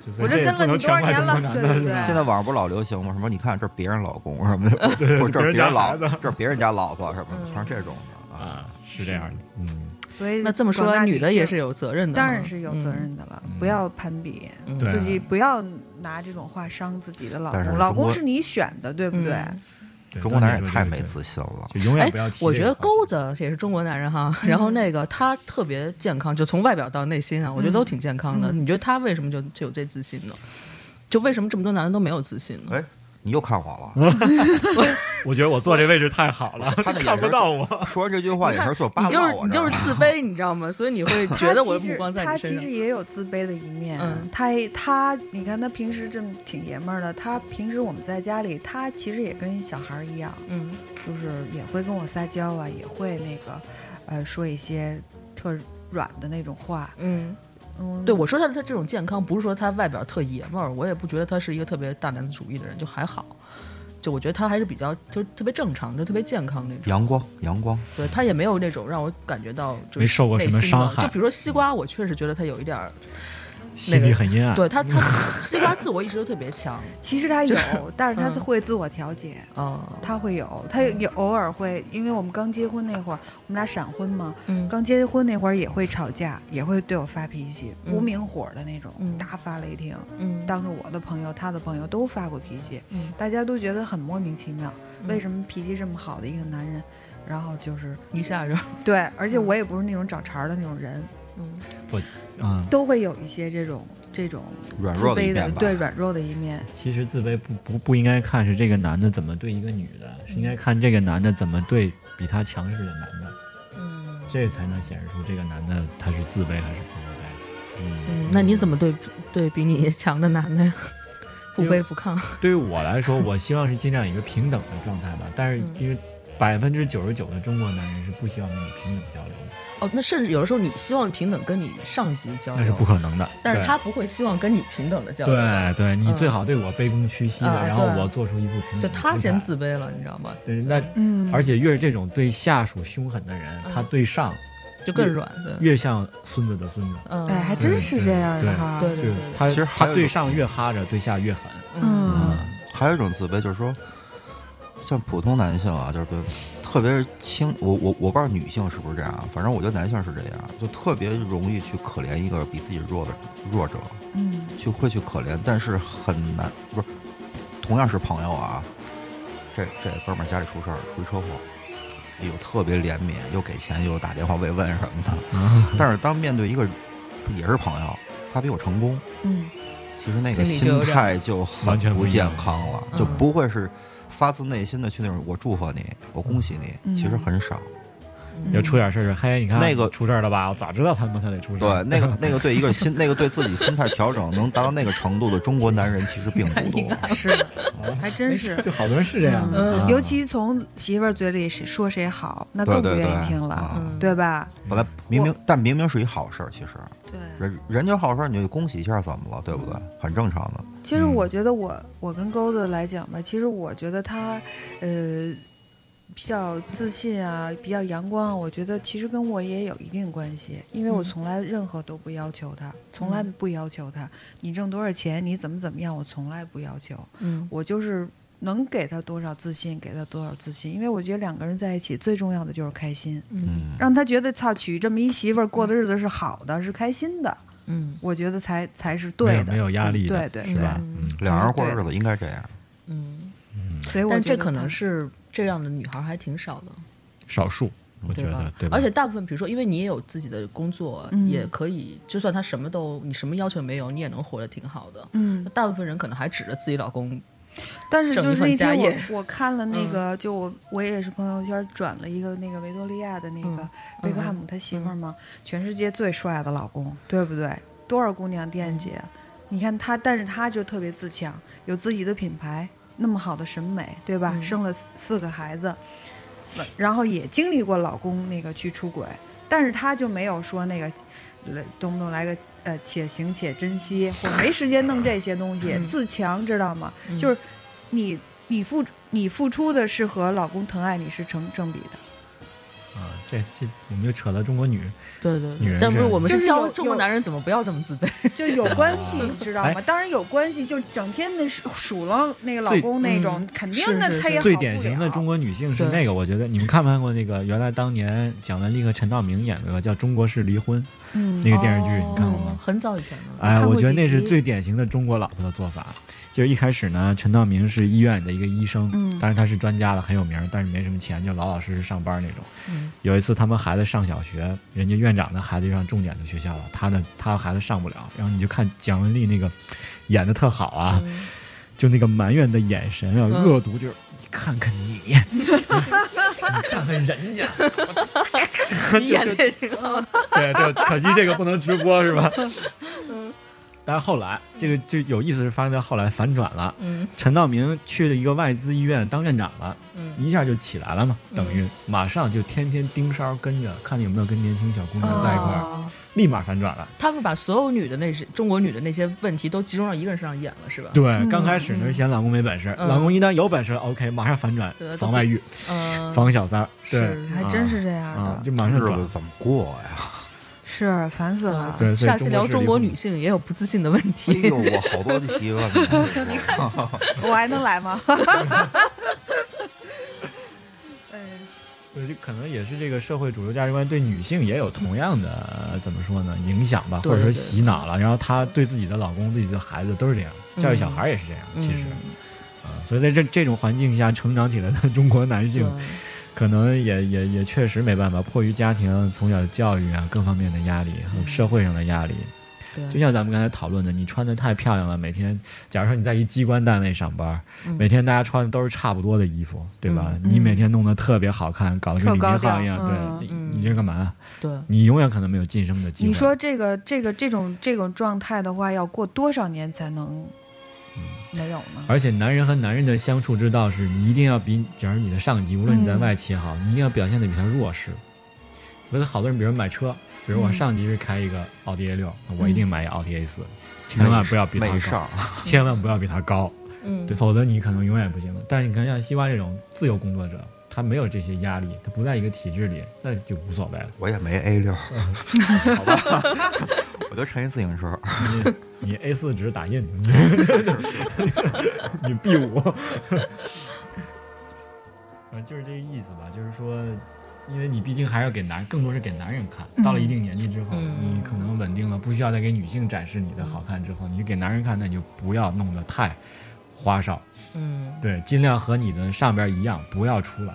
K: 所
J: 我
K: 以这
J: 这
K: 也
J: 跟
K: 不
J: 了
K: 能
J: 你多少
K: 全怪
J: 年
K: 中
J: 了
K: 国，男
J: 对
K: 的
J: 对对。
I: 现在网上不老流行吗？什么你看这是别人老公什么的， 或者这是别人老
K: 别人家孩子
I: 这是别人家老婆什么的，全是这种的啊。
K: 啊，是这样的，嗯，
J: 所以
H: 那这么说
J: 广大
H: 来，
J: 女
H: 女的也是
J: 性。
H: 有责任的哈，嗯
J: 当然是有责任的了，不要攀比，
K: 对啊
J: 自己不要拿这种话伤自己的老
I: 但是中
J: 公。老公
I: 国
J: 是你选的，对不对？
H: 嗯
K: 对
I: 中国男人
K: 当然
I: 也太
K: 是
I: 没
K: 这个
I: 自信了。
K: 就永远不要嗯提这个话题。
H: 我觉得钩子也是中国男人哈，
J: 嗯
H: 然后那个他特别健康，就从外表到内心啊，我觉
J: 嗯
H: 得都挺健康的。你觉得他为什么就就有这自信呢？就为什么这么多男的都没有自信呢？
I: 哎，你又看我了，
K: 我觉得我坐这位置太好了，
I: 他那 眼神
K: 看不到我。
I: 说完这句话
H: 你
I: 也
H: 看
I: 是做八
K: 哎
H: 你
I: 卦
H: 就是
I: 我
H: 你
I: 这
H: 就
I: 儿啊
H: 是自卑，你知道吗？所以你会觉得我的目光在
J: 他
H: 你
J: 其实
H: 身
J: 他其
H: 上
J: 实。也有自卑的一面。
H: 嗯
J: 他他，你看他平时这么挺爷们儿的，他平时我们在家里，他其实也跟小孩儿一样，
H: 嗯，
J: 就是也会跟我撒娇啊，也会那个，呃，说一些特软的那种话。
H: 嗯，
J: 嗯，
H: 对，我说他他这种健康，不是说他外表特爷们儿，我也不觉得他是一个特别大男子主义的人，就还好。就我觉得他还是比较就是特别正常，就特别健康那种。
I: 阳光阳光，
H: 对他也没有那种让我感觉到就是
K: 没受过什么
H: 内心的
K: 伤害
H: 就比如说西瓜，我确实觉得他有一点儿，
K: 心里很阴暗。
H: 对他他西瓜自我意识都特别强
J: 其实他
H: 就
J: 有， 但是他
H: 嗯
J: 会自我调节。
H: 哦，
J: 他会有，他也偶尔会，因为我们刚结婚那会儿，我们俩闪婚嘛，
H: 嗯
J: 刚结婚那会儿也会吵架，也会对我发脾气，
H: 嗯
J: 无名火的那种，
H: 嗯
J: 大发雷霆。
H: 嗯
J: 当着我的朋友、他的朋友都发过脾气，
H: 嗯
J: 大家都觉得很莫名其妙，
H: 嗯
J: 为什么脾气这么好的一个男人，然后就是
H: 一下就
J: 对，而且我也不是那种找茬儿的那种人，
H: 嗯
K: 嗯，
J: 都会有一些这种这种
I: 软
J: 自
I: 弱的一
J: 卑的
I: 面吧。
J: 对软弱的一面，
K: 其实自卑不不不应该看是这个男的怎么对一个女的，是应该看这个男的怎么对比他强势的男的，
H: 嗯
K: 这才能显示出这个男的他是自卑还是不自卑。嗯
H: 嗯，那你怎么对对比你强的男的呀？不卑不亢，
K: 对于我来说，我希望是尽量一个平等的状态吧。但是
H: 嗯
K: 因为百分之九十九的中国男人是不希望跟你平等交流的，
H: 哦，那甚至有的时候你希望平等跟你上级交
K: 那是
H: 流
K: 不，可能的。
H: 但是
K: 对
H: 他不会希望跟你平等的交流，
K: 对对，你
H: 嗯
K: 最好对我卑躬屈 膝的，
H: 啊
K: 然后
H: 对
K: 我做出一副平等
H: 就
K: 的
H: 他
K: 姿
H: 先
K: 态
H: 自卑了，你知道吗？
K: 对，那
J: 嗯
K: 而且越是这种对下属凶狠的人，
H: 嗯
K: 他对上
H: 就更软对
K: 越像孙子的孙子。
H: 嗯
J: 哎还真是这样的哈
K: 对
J: 对
K: 就
J: 对
K: 是
J: 对
K: 他
I: 其实还
K: 他
I: 有一
K: 对
I: 种
K: 上越哈着，对下越狠。
J: 嗯，
I: 还有一种自卑，就是说，像普通男性啊，就是对特别轻，我我我不知道女性是不是这样，啊反正我觉得男性是这样，就特别容易去可怜一个比自己弱的弱者，
J: 嗯，
I: 去会去可怜，但是很难，不是，同样是朋友啊，这这哥们儿家里出事儿，出一车祸。哎呦，特别怜悯，又给钱，又打电话慰问什么的。但是当面对一个也是朋友，他比我成功，
J: 嗯，
I: 其实那
D: 心
I: 个
D: 里就有
I: 心
D: 点
I: 态就很
K: 完全
I: 不
K: 不一
I: 健
K: 样
I: 康了，就
H: 嗯
I: 不会是发自内心的去那种我祝贺你，我恭喜你，
J: 嗯
I: 其实很少。
K: 要出点事儿，嘿，你看
I: 那个
K: 出事儿了吧？我早知道他他妈他得出事
I: 对
K: 儿。，
I: 那个那个对一个心，那个对自己心态调整能达到那个程度的中国男人其实并不多。
J: 是，还真是。
K: 就好多人是这样的，
J: 嗯
K: 啊，
J: 尤其从媳妇儿嘴里谁说谁好，那更不
I: 对对
J: 愿
I: 对
J: 意听
I: 啊
J: 了，对吧？
I: 本来明明但明明是一好事儿，其实
J: 对。
I: 人人就好事儿，你就恭喜一下怎么了？对不对？很正常的。
K: 嗯
J: 其实我觉得我我跟钩子来讲吧，其实我觉得他，呃，比较自信啊，比较阳光啊，我觉得其实跟我也有一定关系，因
K: 嗯
J: 为我从来任何都不要求他，从来不要求他，你挣多少钱，你怎么怎么样，我从来不要求，
H: 嗯
J: 我就是能给他多少自信，给他多少自信，因为我觉得两个人在一起最重要的就是开心，
H: 嗯
I: 嗯，
J: 让他觉得操娶这么一媳妇儿过
K: 嗯
J: 的日子是好的，是开心的，
H: 嗯
J: 我觉得才才是
K: 没
J: 对
K: 有
J: 的，
K: 没有压力
J: 对
K: 的，
J: 对
K: 是吧？
J: 对
K: 嗯，
I: 两人过日子应该这样。
H: 嗯，
J: 所以我
H: 但
J: 觉
H: 这
J: 得
H: 可
J: 他
H: 能是这样的女孩还挺少的，
K: 少数，我觉
H: 对吧
K: 得，？对吧？
H: 而且大部分，比如说，因为你也有自己的工作，
J: 嗯
H: 也可以，就算她什么都你什么要求没有，你也能活得挺好的。
J: 嗯，
H: 大部分人可能还指着自己老公，
J: 但是
H: 呃整
J: 就
H: 一
J: 是
H: 份
J: 那
H: 家
J: 天我
H: 业嗯
J: 我看了那个，就我我也是朋友圈转了一个那个维多利亚的那个
H: 嗯
J: 贝克汉姆他媳妇儿嘛，全世界最帅的老公，对不对？多少姑娘
H: 嗯
J: 惦记？你看他，但是他就特别自强，有自己的品牌，那么好的审美，对吧？
H: 嗯
J: 生了四四个孩子，然后也经历过老公那个去出轨，但是他就没有说那个，来动不动来个呃且行且珍惜，我没时间弄这些东西，
H: 嗯
J: 自强知道吗？就是你你付你付出的是和老公疼爱你是成正比的，
K: 啊，这这我们就扯到中国女人，
H: 对对
K: 女人
H: 但不是
K: 是
H: 我们是
J: 就是
H: 教
J: 有
H: 中国
J: 有
H: 男人怎么不要这么自卑。
J: 就有关系， 你知道吗？
K: 哎
J: 当然有关系，就整天那数数落那个老
K: 最
J: 公那种，肯定
H: 是
J: 那
H: 是
J: 他
H: 是
J: 也好
K: 最
J: 不
K: 典型的
J: 了
K: 中国女性是
H: 对
K: 那个，我觉得你们看没看过那个原来当年蒋雯丽和陈道明演的叫《中国式离婚》
J: 嗯
K: 那个电视剧，你看过
H: 哦
K: 吗？
H: 很早以前了。
K: 哎，
J: 看过
K: 我觉得
J: 几
K: 那是
J: 集
K: 最典型的中国老婆的做法。就是一开始呢，陈道明是医院的一个医生，
J: 嗯
K: 但是他是专家了，很有名儿，但是没什么钱，就老老实实上班那种。
H: 嗯
K: 有一次他们孩子上小学，人家院长的孩子就上重点的学校了，他的他孩子上不了，然后你就看蒋雯丽那个演的特好啊，就那个埋怨的眼神啊，
H: 嗯
K: 恶毒就是。你看看你，你看看人 家，
H: 你演的也挺好。
K: 对对，可惜这个不能直播是吧？嗯。但是后来这个就有意思是发生在后来反转了，
H: 嗯
K: 陈道明去了一个外资医院当院长了，
H: 嗯
K: 一下就起来了嘛，等于马上就天天盯梢跟着，看有没有跟年轻小姑娘在一块儿，
H: 哦
K: 立马反转了。
H: 他们把所有女的那些中国女的那些问题都集中到一个人身上演了，是吧？
J: 嗯
K: 对，刚开始呢是嫌老公没本事，
H: 嗯
K: 老公一旦有本事，OK，马上反转
H: 对，
K: 防外遇，
H: 嗯，
K: 防小三儿，对
H: 是
J: 还真是这样的，
K: 啊，就马
I: 日
K: 上
I: 子
K: 转。
I: 怎么过呀？
J: 是烦死了。
K: 对，所以
H: 嗯下期聊中国
K: 式离
H: 女
K: 婚
H: 性也有不自信的问
I: 哎
H: 题。
I: 呦，我好多提问呢。 你看，
J: 我还能来 吗？哎
K: 对，就可能也是这个社会主流价值观对女性也有同样的、呃怎么说呢影响吧，
H: 对
K: 或者说
H: 对
K: 洗脑了。然后她对自己的老公、自己的孩子都是这样，教育小孩也是这样。其实啊、所以在这这种环境下成长起来的中国男性，
H: 嗯
K: 可能也也也确实没办法，迫于家庭从小教育啊各方面的压力和社会上的压力。
H: 嗯对
K: 就
H: 对，
K: 像咱们刚才讨论的，你穿的太漂亮了，每天，假如说你在一机关单位上班，
H: 嗯
K: 每天大家穿的都是差不多的衣服，对吧？
J: 嗯
K: 你每天弄得特别好看，搞得跟
J: 特
K: 李
J: 高
K: 银
J: 调
K: 浩一样，
J: 嗯
K: 对，
H: 嗯
K: 你你这干嘛？啊
H: 对
K: 你永远可能没有晋升的机会。
J: 你说这个这个这种这种状态的话，要过多少年才能
I: 嗯
J: 没有呢？
K: 而且男人和男人的相处之道是，你一定要比，假如你的上级，无论你在
J: 嗯
K: 外企也好，你一定要表现的比他弱势。我觉得好多人，比如买车，比如我
J: 嗯
K: 上级是开一个奥迪 A 六，我一定买一个奥迪 A 四，千
I: 没
K: 万不要比他
I: 没
K: 高，
I: 上，
K: 千万不要比他高。
H: 嗯
K: 对，否则你可能永远不行。但是你看像西瓜这种自由工作者，
H: 他没有这些压力，他不在一个体制里，那就无所谓了。
I: 我也没 A 六， 好吧， 我就乘一自行车。
H: 你 A 四只是打印，你 B 五，嗯，就是这个意思吧。就是说，因为你毕竟还要给男，更多是给男人看。到
C: 嗯
H: 了一定年纪之后，你可能稳定了，不需要再给女性展示你的好看之后，你就给男人看，那你就不要弄得太花哨。
C: 嗯，
H: 对，尽量和你的上边一样，不要出来，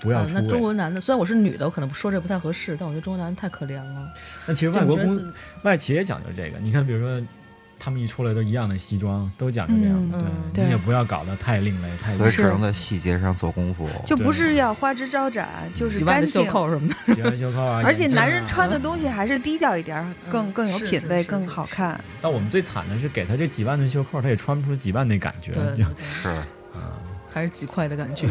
H: 不要
C: 啊
H: 出
C: 那
H: 位。
C: 中国男的，虽然我是女的，我可能说这不太合适，但我觉得中国男的太可怜了。
H: 那其实外国
C: 就觉得
H: 公
C: 自
H: 外企也讲究这个，你看，比如说他们一出来都一样的西装，都讲究这样的，
J: 嗯嗯
H: 对
J: 对
H: 你也不要搞得太另 类，太
I: 所以只能在细节上做功夫。
J: 就不是要花枝招展，就是干净。
C: 什么的，
H: 结完袖扣啊。
J: 而且
H: 眼镜啊
J: 男人穿的东西还是低调一点儿，更更有
C: 嗯是
J: 品
C: 是
J: 味，
C: 是
J: 更好看。
H: 但我们最惨的是给他这几万的袖扣，他也穿不出几万那感觉。
C: 对对
H: 你知道
C: 对
I: 是，
H: 啊，
C: 还是几块的感 觉。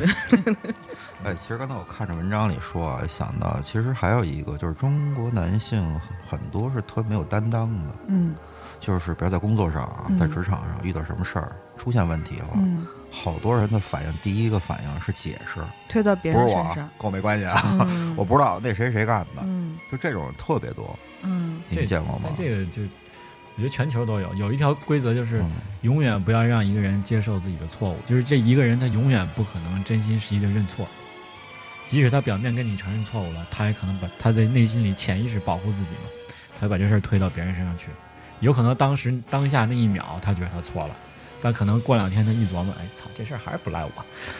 I: 哎，其实刚才我看着文章里说啊，想到其实还有一个就是中国男性很很多是特别没有担当的，
J: 嗯
I: 就是比如在工作上啊，
J: 嗯
I: 在职场上遇到什么事儿出现问题了，
J: 嗯，
I: 好多人的反应第一个反应是解释，
J: 推到别
I: 不是
J: 人
I: 我
J: 身
I: 啊，
J: 上。
I: 跟我没关系啊，
J: 嗯
I: 我不知啊道那谁谁干的，
J: 嗯
I: 就这种特别多，
J: 嗯
I: 你们见过吗
H: 但？这个就我觉得全球都有，有一条规则就是
I: 嗯
H: 永远不要让一个人接受自己的错误，就是这一个人他永远不可能真心实意的认错，即使他表面跟你承认错误了，他也可能把他的内心里潜意识保护自己嘛，他就把这事儿推到别人身上去，有可能当时当下那一秒他觉得他错了。但可能过两天他一琢磨，哎操，这事儿还是不赖我。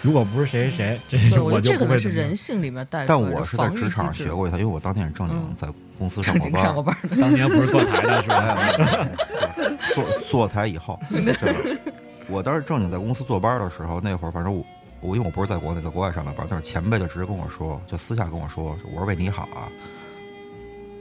H: 如果不是谁谁谁，这
C: 嗯对，
H: 是
C: 我觉得
H: 就
C: 这
H: 不
C: 可
H: 会
C: 能
H: 怎
C: 是
H: 么样
C: 人性里面带出
I: 但
C: 来的
I: 我是在
C: 防御
I: 职场
C: 机
I: 学
C: 制
I: 过它，因为我当年正经
C: 嗯
I: 在公司上
C: 正
I: 过
C: 经
I: 班
C: 上过
I: 儿。
C: 班的，
H: 当年不是坐台的是 吧？
I: 哎是坐坐台以后，就是我当时正经在公司坐班的时候，那会儿反正我我因为我不是在国内，在国外上的班，但是前辈就直接跟我说，就私下跟我说，我说为你好啊，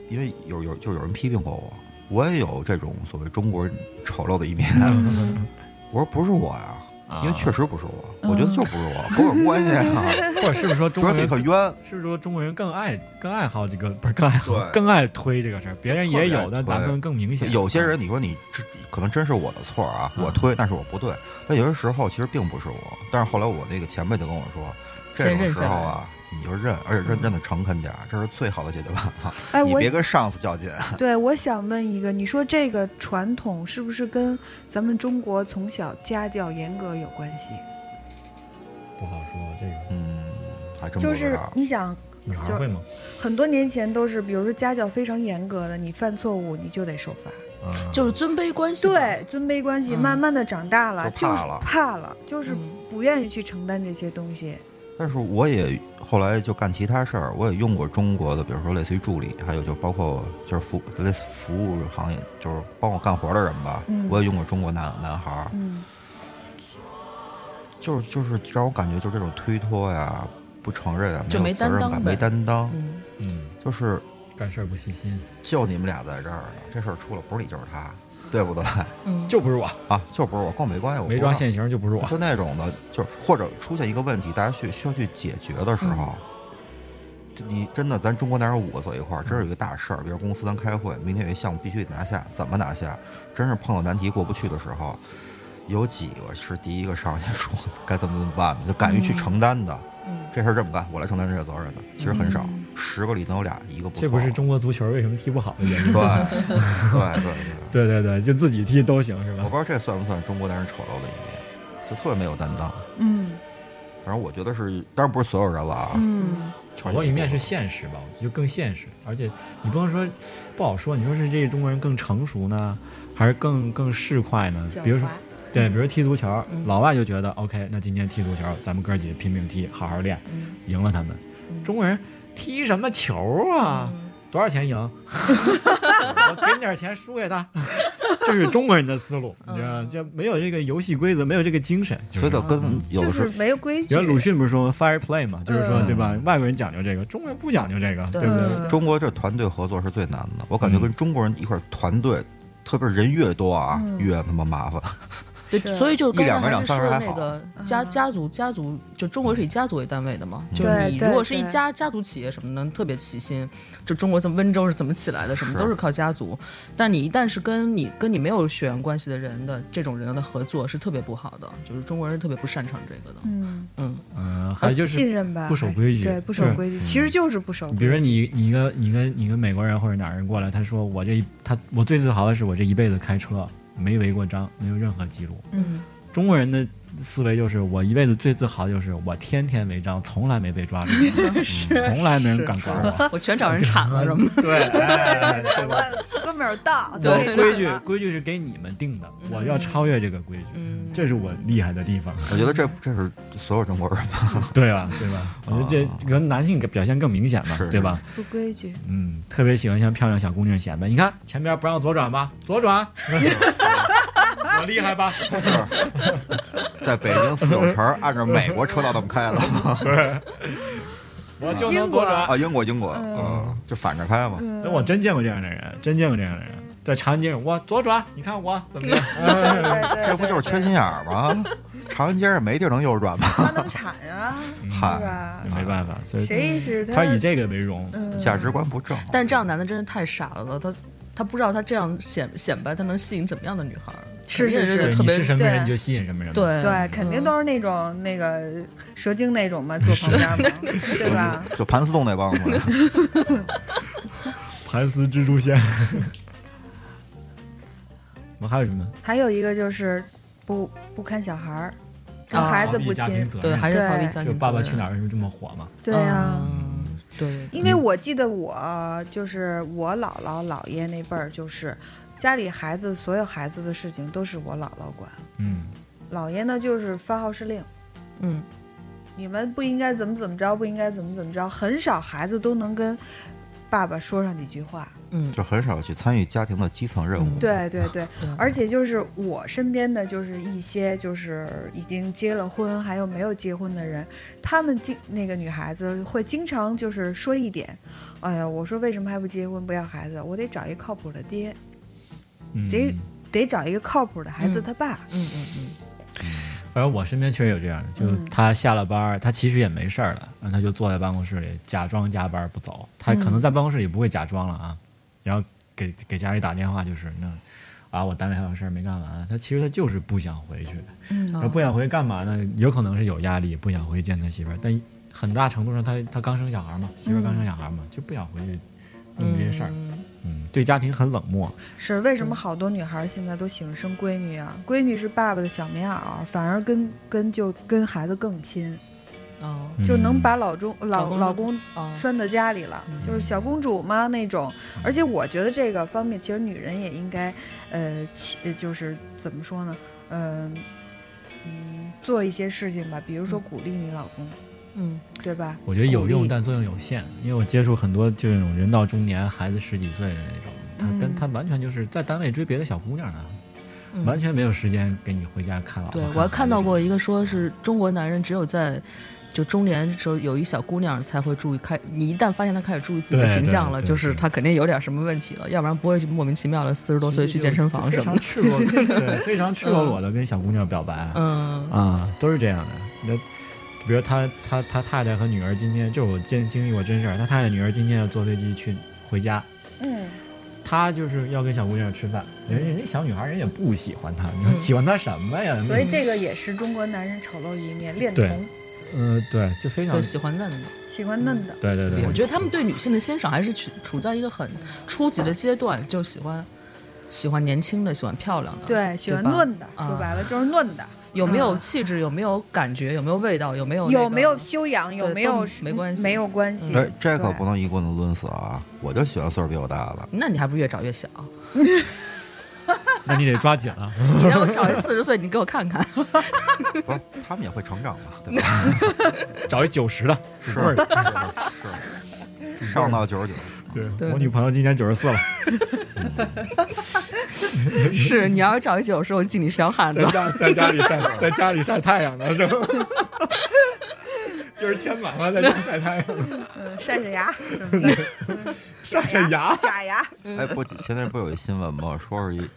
I: 因为有有就有人批评过我，我也有这种所谓中国人丑陋的一面，
H: 嗯
I: 我说不是我呀、因为
H: 啊
I: 确实不是我，我觉得就不是我，跟我有什么关系 啊？
H: 或者是不是说
I: 主
H: 嗯中
I: 要
H: 国
I: 自己
H: 人
I: 可冤，
H: 是说中国人更爱更爱好这个，不是更爱好
I: 对
H: 更爱推这个事儿，别人也
I: 特
H: 有，
I: 别爱推
H: 但咱们更明显。啊
I: 有些
C: 嗯
I: 人你说你这可能真是我的错啊，我推那是我不对，但有些时候其实并不是我。但是后来我那个前辈就跟我说，这
C: 先
I: 种
C: 认
I: 时
C: 下
I: 候
C: 来嗯
I: 啊，你就认，而且认认的诚恳点儿，这是最好的解决办法。
J: 哎，
I: 你
J: 我
I: 别跟上司较劲。
J: 对我想问一个，你说这个传统是不是跟咱们中国从小家教严格有关系？
H: 不好说，这个
I: 嗯，还真
J: 就
I: 不知
J: 是
I: 道。
J: 你想，
H: 啊女孩
J: 就
H: 会吗？
J: 很多年前都是，比如说家教非常严格的，你犯错误你就得受罚。
I: 嗯
C: 就是尊卑关系吧。
J: 对，尊卑关系，
C: 嗯
J: 慢慢的长大了，
I: 都
J: 就
I: 怕
J: 是
I: 了
J: 怕了，就是
C: 嗯
J: 不愿意去承担这些东西。
I: 但是我也后来就干其他事儿，我也用过中国的，比如说类似于助理，还有就包括就是服类似服务行业，就是帮我干活的人吧，
J: 嗯
I: 我也用过中国男男孩儿。
J: 嗯
I: 就是就是让我感觉就是这种推脱呀、不承认啊，
C: 就
I: 有
C: 没
I: 责
C: 担
I: 任
C: 当
I: 感、
C: 呗
I: 没担当，
C: 嗯，
H: 嗯，
I: 就是
H: 干事儿不细心，
I: 就你们俩在这儿呢，这事儿出了不是你就是他，对不对 啊？
C: 嗯，
H: 就不是我，
I: 就不是我，跟我没关系，我
H: 没
I: 不知道
H: 抓现行就不是我。
I: 就那种的，就是或者出现一个问题，大家去需要去解决的
H: 嗯
I: 时候，就你真的咱中国男人五个坐一块儿，真是有一个大事儿，比如公司咱开会，明天有一项目必须得拿下，怎么拿下？真是碰到难题过不去的时候，有几个是第一个上去说该怎么怎么办的，就敢于去承担的。
C: 嗯
I: 这事儿这么干，我来承担这个责任的，其实很少，十个里能有俩一个不错。
H: 嗯这不是中国足球为什么踢不好的 原 因
I: 对
H: 吗？
I: 对对对，
H: 对对对，就自己踢都行是
I: 我不
H: 吧
I: 知？道这算不算中国男人丑陋的一面，就特别没有担当。
J: 嗯
I: 反正我觉得是，当然不是所有人了啊。
J: 嗯，
H: 丑陋一面是现实吧，我觉得就更现实，而且你不能说不好说，你说是这中国人更成熟呢，还是更更市侩呢？
J: 嗯狡
H: 比如说
J: 猾。
H: 对，比如踢足球，
C: 嗯
H: 老外就觉得 OK，那今天踢足球，咱们哥几个拼命踢，好好练，
C: 嗯
H: 赢了他们。
J: 嗯
H: 中国人踢什么球啊？多少钱赢？我给你点钱输给他，这是中国人的思路，你知
J: 嗯
H: 道吗？就没有这个游戏规则，没有这个精神，就
I: 所以
H: 是嗯
I: 得跟有
J: 就
I: 的时
J: 是
I: 候，
J: 没有规矩
H: 然。后鲁迅不是说 “fire play” 嘛，就是说
J: 嗯
H: 对吧？外国人讲究这个，中国人不讲究这个，对不对？
J: 嗯，
I: 中国这团队合作是最难
H: 嗯
I: 的。我感觉跟中国人一块儿团队，特别是人越多啊，
J: 嗯
I: 越他妈麻烦。
H: 对，
J: 是
H: 所以就是啊
I: 一
H: 刚
I: 两
H: 才
I: 个
H: 还
I: 两
H: 是
I: 三十还好
H: 说那个
J: 啊
H: 家家族家族，就中国是以家族为单位的嘛，
I: 嗯
H: 就是你
J: 对对
H: 如果是一
J: 对
H: 家家族企业什么的，特别齐心。就中国怎么温州是怎么起来的，什么
I: 是
H: 都是靠家族。但你一旦是跟你跟你没有血缘关系的人的这种人的合作是特别不好的，就是中国人特别不擅长这个的。
J: 嗯，呃
H: 嗯，
K: 嗯，还有就是
J: 信任吧，
K: 不守规矩
J: 对，不守
K: 就是嗯
J: 规矩，其实就是不守规矩。
K: 比如说你你一个你一个你一个美国人或者哪儿人过来，他说我这一他我最自豪的是我这一辈子开车没违过章，没有任何记录。
J: 嗯，
K: 中国人的思维就是我一辈子最自豪就是我天天违章，从来没被抓住， 嗯从来没人敢 管我。
H: 我全找人铲了什么的。
K: 对，哎对吧
J: 我 哥们儿到，
K: 我
J: 对嗯
K: 规 矩规矩是给你们定的，我要超越这个规矩，
H: 嗯，
K: 这是我厉害的地方，
I: 我觉得这这是所有中国人吧，
K: 对吧？对吧？我觉得这
I: 嗯啊
K: 可能男性表现更明显嘛
I: 是，
K: 对吧？
J: 不规矩，
K: 嗯，特别喜欢像漂亮小姑娘显摆。你看前边不让左转吧，左 转，我厉害吧？
I: 在北京四九城儿按照美国车道这么 开了
K: 我就能左转。
I: 啊，英国英国，嗯，就反着开嘛，
K: 那我真见过这样的人，真见过这样的人，在长安街上，我左转，你看我怎么样？
I: 这不就是缺心眼儿吗？长安街上没地儿能右转吗？
J: 他能铲 啊，
H: 嗯
J: 是
I: 嗨，
J: 吧？
K: 没办法，所以
J: 谁是
K: 他以这个为荣。
J: 嗯
I: 价值观不正。
H: 但这样男的真是太傻了，他他不知道他这样显显摆，他能吸引怎么样的女孩儿？
J: 是是
H: 肯定
K: 对
J: 是
H: 特
K: 你
H: 别
K: 是什么人，
J: 对
K: 你就吸引什么人。，
H: 对
J: 对，肯定都是那种那个蛇精那种嘛，坐旁边 嘛，对吧？
I: 就盘丝洞那帮子，
K: 盘丝蜘蛛线。 我还有什么？
J: 还有一个就是不不看小孩儿，跟孩子不
K: 逃避家庭
J: 亲，
K: 责
H: 哦对，
K: 任
H: 还是逃避家庭责
K: 就
H: 任。
K: 《爸爸去哪儿》为什么这么火嘛？
J: 对啊。
H: 嗯对，
J: 因为我记得我就是我姥姥姥爷那辈儿，就是家里孩子所有孩子的事情都是我姥姥管，
K: 嗯，
J: 姥爷呢就是发号施令，
H: 嗯，
J: 你们不应该怎么怎么着，不应该怎么怎么着，很少孩子都能跟爸爸说上几句话。
H: 嗯，
I: 就很少去参与家庭的基层任务。
J: 对对对，
H: 对
J: 而且就是我身边的就是一些就是已经结了婚还有没有结婚的人，他们经那个女孩子会经常就是说一点，哎呀，我说为什么还不结婚不要孩子？我得找一靠谱的爹，
K: 嗯
J: 得得找一个靠谱的孩子他爸。
H: 嗯嗯嗯，
K: 反正我身边确实有这样的，就是
J: 嗯
K: 他下了班儿，他其实也没事儿了，然后他就坐在办公室里假装加班儿不走。他
H: 嗯
K: 可能在办公室里不会假装了啊，然后给给家里打电话就是那啊，我单位还有事儿没干完。他其实他就是不想回去，
J: 嗯
K: 然后不
H: 哦
K: 想回干嘛呢？有可能是有压力，不想回见他媳妇儿，但很大程度上他他刚生小孩嘛，媳妇儿刚
H: 嗯
K: 生小孩嘛，就不想回去弄这些事儿，嗯，对家庭很冷漠。
J: 是为什么好多女孩现在都喜欢生闺女啊？闺女是爸爸的小棉袄，反而跟跟就跟孩子更亲，
H: 哦
J: 就能
K: 嗯
J: 把老中
H: 老
J: 老
H: 公
J: 老公
H: 哦，
J: 拴到家里了，就是小公主嘛那种。而且我觉得这个方面，其实女人也应该，呃，起呃就是怎么说呢，嗯、嗯，做一些事情吧，比如说鼓励你老公，
H: 嗯
J: 对吧？
K: 我觉得有
J: 鼓
K: 用，
J: 励
K: 但作用有限。因为我接触很多就那种人到中年，孩子十几岁的那种，他跟
J: 嗯
K: 他完全就是在单位追别的小姑娘呢，
H: 嗯
K: 完全没有时间给你回家看老婆。
H: 对，
K: 孩
H: 我还看到
K: 子
H: 过一个说是中国男人只有在就中年的时候有一小姑娘才会注意开，你一旦发现她开始注意自己的
K: 对
H: 形
K: 对
H: 象了，
K: 对
H: 就是
K: 对
H: 她肯定有点什么问题了，要不然不会去莫名其妙的四十多岁去健身房
K: 非
H: 什么
K: 常
H: 的。
K: 赤 裸，对，非常赤裸裸的跟小姑娘表白
H: 嗯
K: 啊，都是这样的。那比如他他他太太和女儿今天，这是我经经历过真事儿，他太太女儿今天要坐飞机去回家，
J: 嗯，
K: 他就是要跟小姑娘吃饭，人家人家小女孩儿人也不喜欢他，你说
H: 嗯
K: 喜欢他什么呀？
J: 所以这个也是中国男人丑陋一面，恋
K: 对
J: 童
K: 嗯、呃，对，就非常
H: 对，喜欢嫩的。
J: 喜欢嫩的，
K: 对对对，
H: 我觉得他们对女性的欣赏还是处处在一个很初级的阶段，就喜欢喜欢年轻的，喜欢漂亮的，
J: 对，喜欢
H: 吧
J: 嫩的，
H: 啊
J: 说白了就是嫩的，
H: 有没有
J: 嗯
H: 气质，有没有感觉，有没有味道，有没有哦那
J: 有
H: 个
J: 没有修养，有
H: 对
J: 没
H: 都
J: 有
H: 没关系
J: 没有关
H: 嗯
J: 系
I: 哎，，这可
J: 对
I: 不能一棍子抡死啊！我就喜欢岁数比我大的，
H: 那你还不是越找越小？
K: 那你得抓紧啊了。
H: 你让我找一四十岁，你给我 看看。
I: 不，他们也会成长嘛，对吧？
K: 找一九十的，
I: 是
K: 主妇儿的
I: 是，上到九十九，
K: 对我女朋友今年九十四了，
H: 是你要是找一九十，我敬你是条汉子。
K: 家 在家里晒，在家里晒太阳呢，是吧？就是天暖了，在家晒太阳，
J: 嗯晒晒牙什么的， 嗯
K: 晒晒牙。
J: 假牙，
I: 哎，不，前天不有一新闻吗？说是一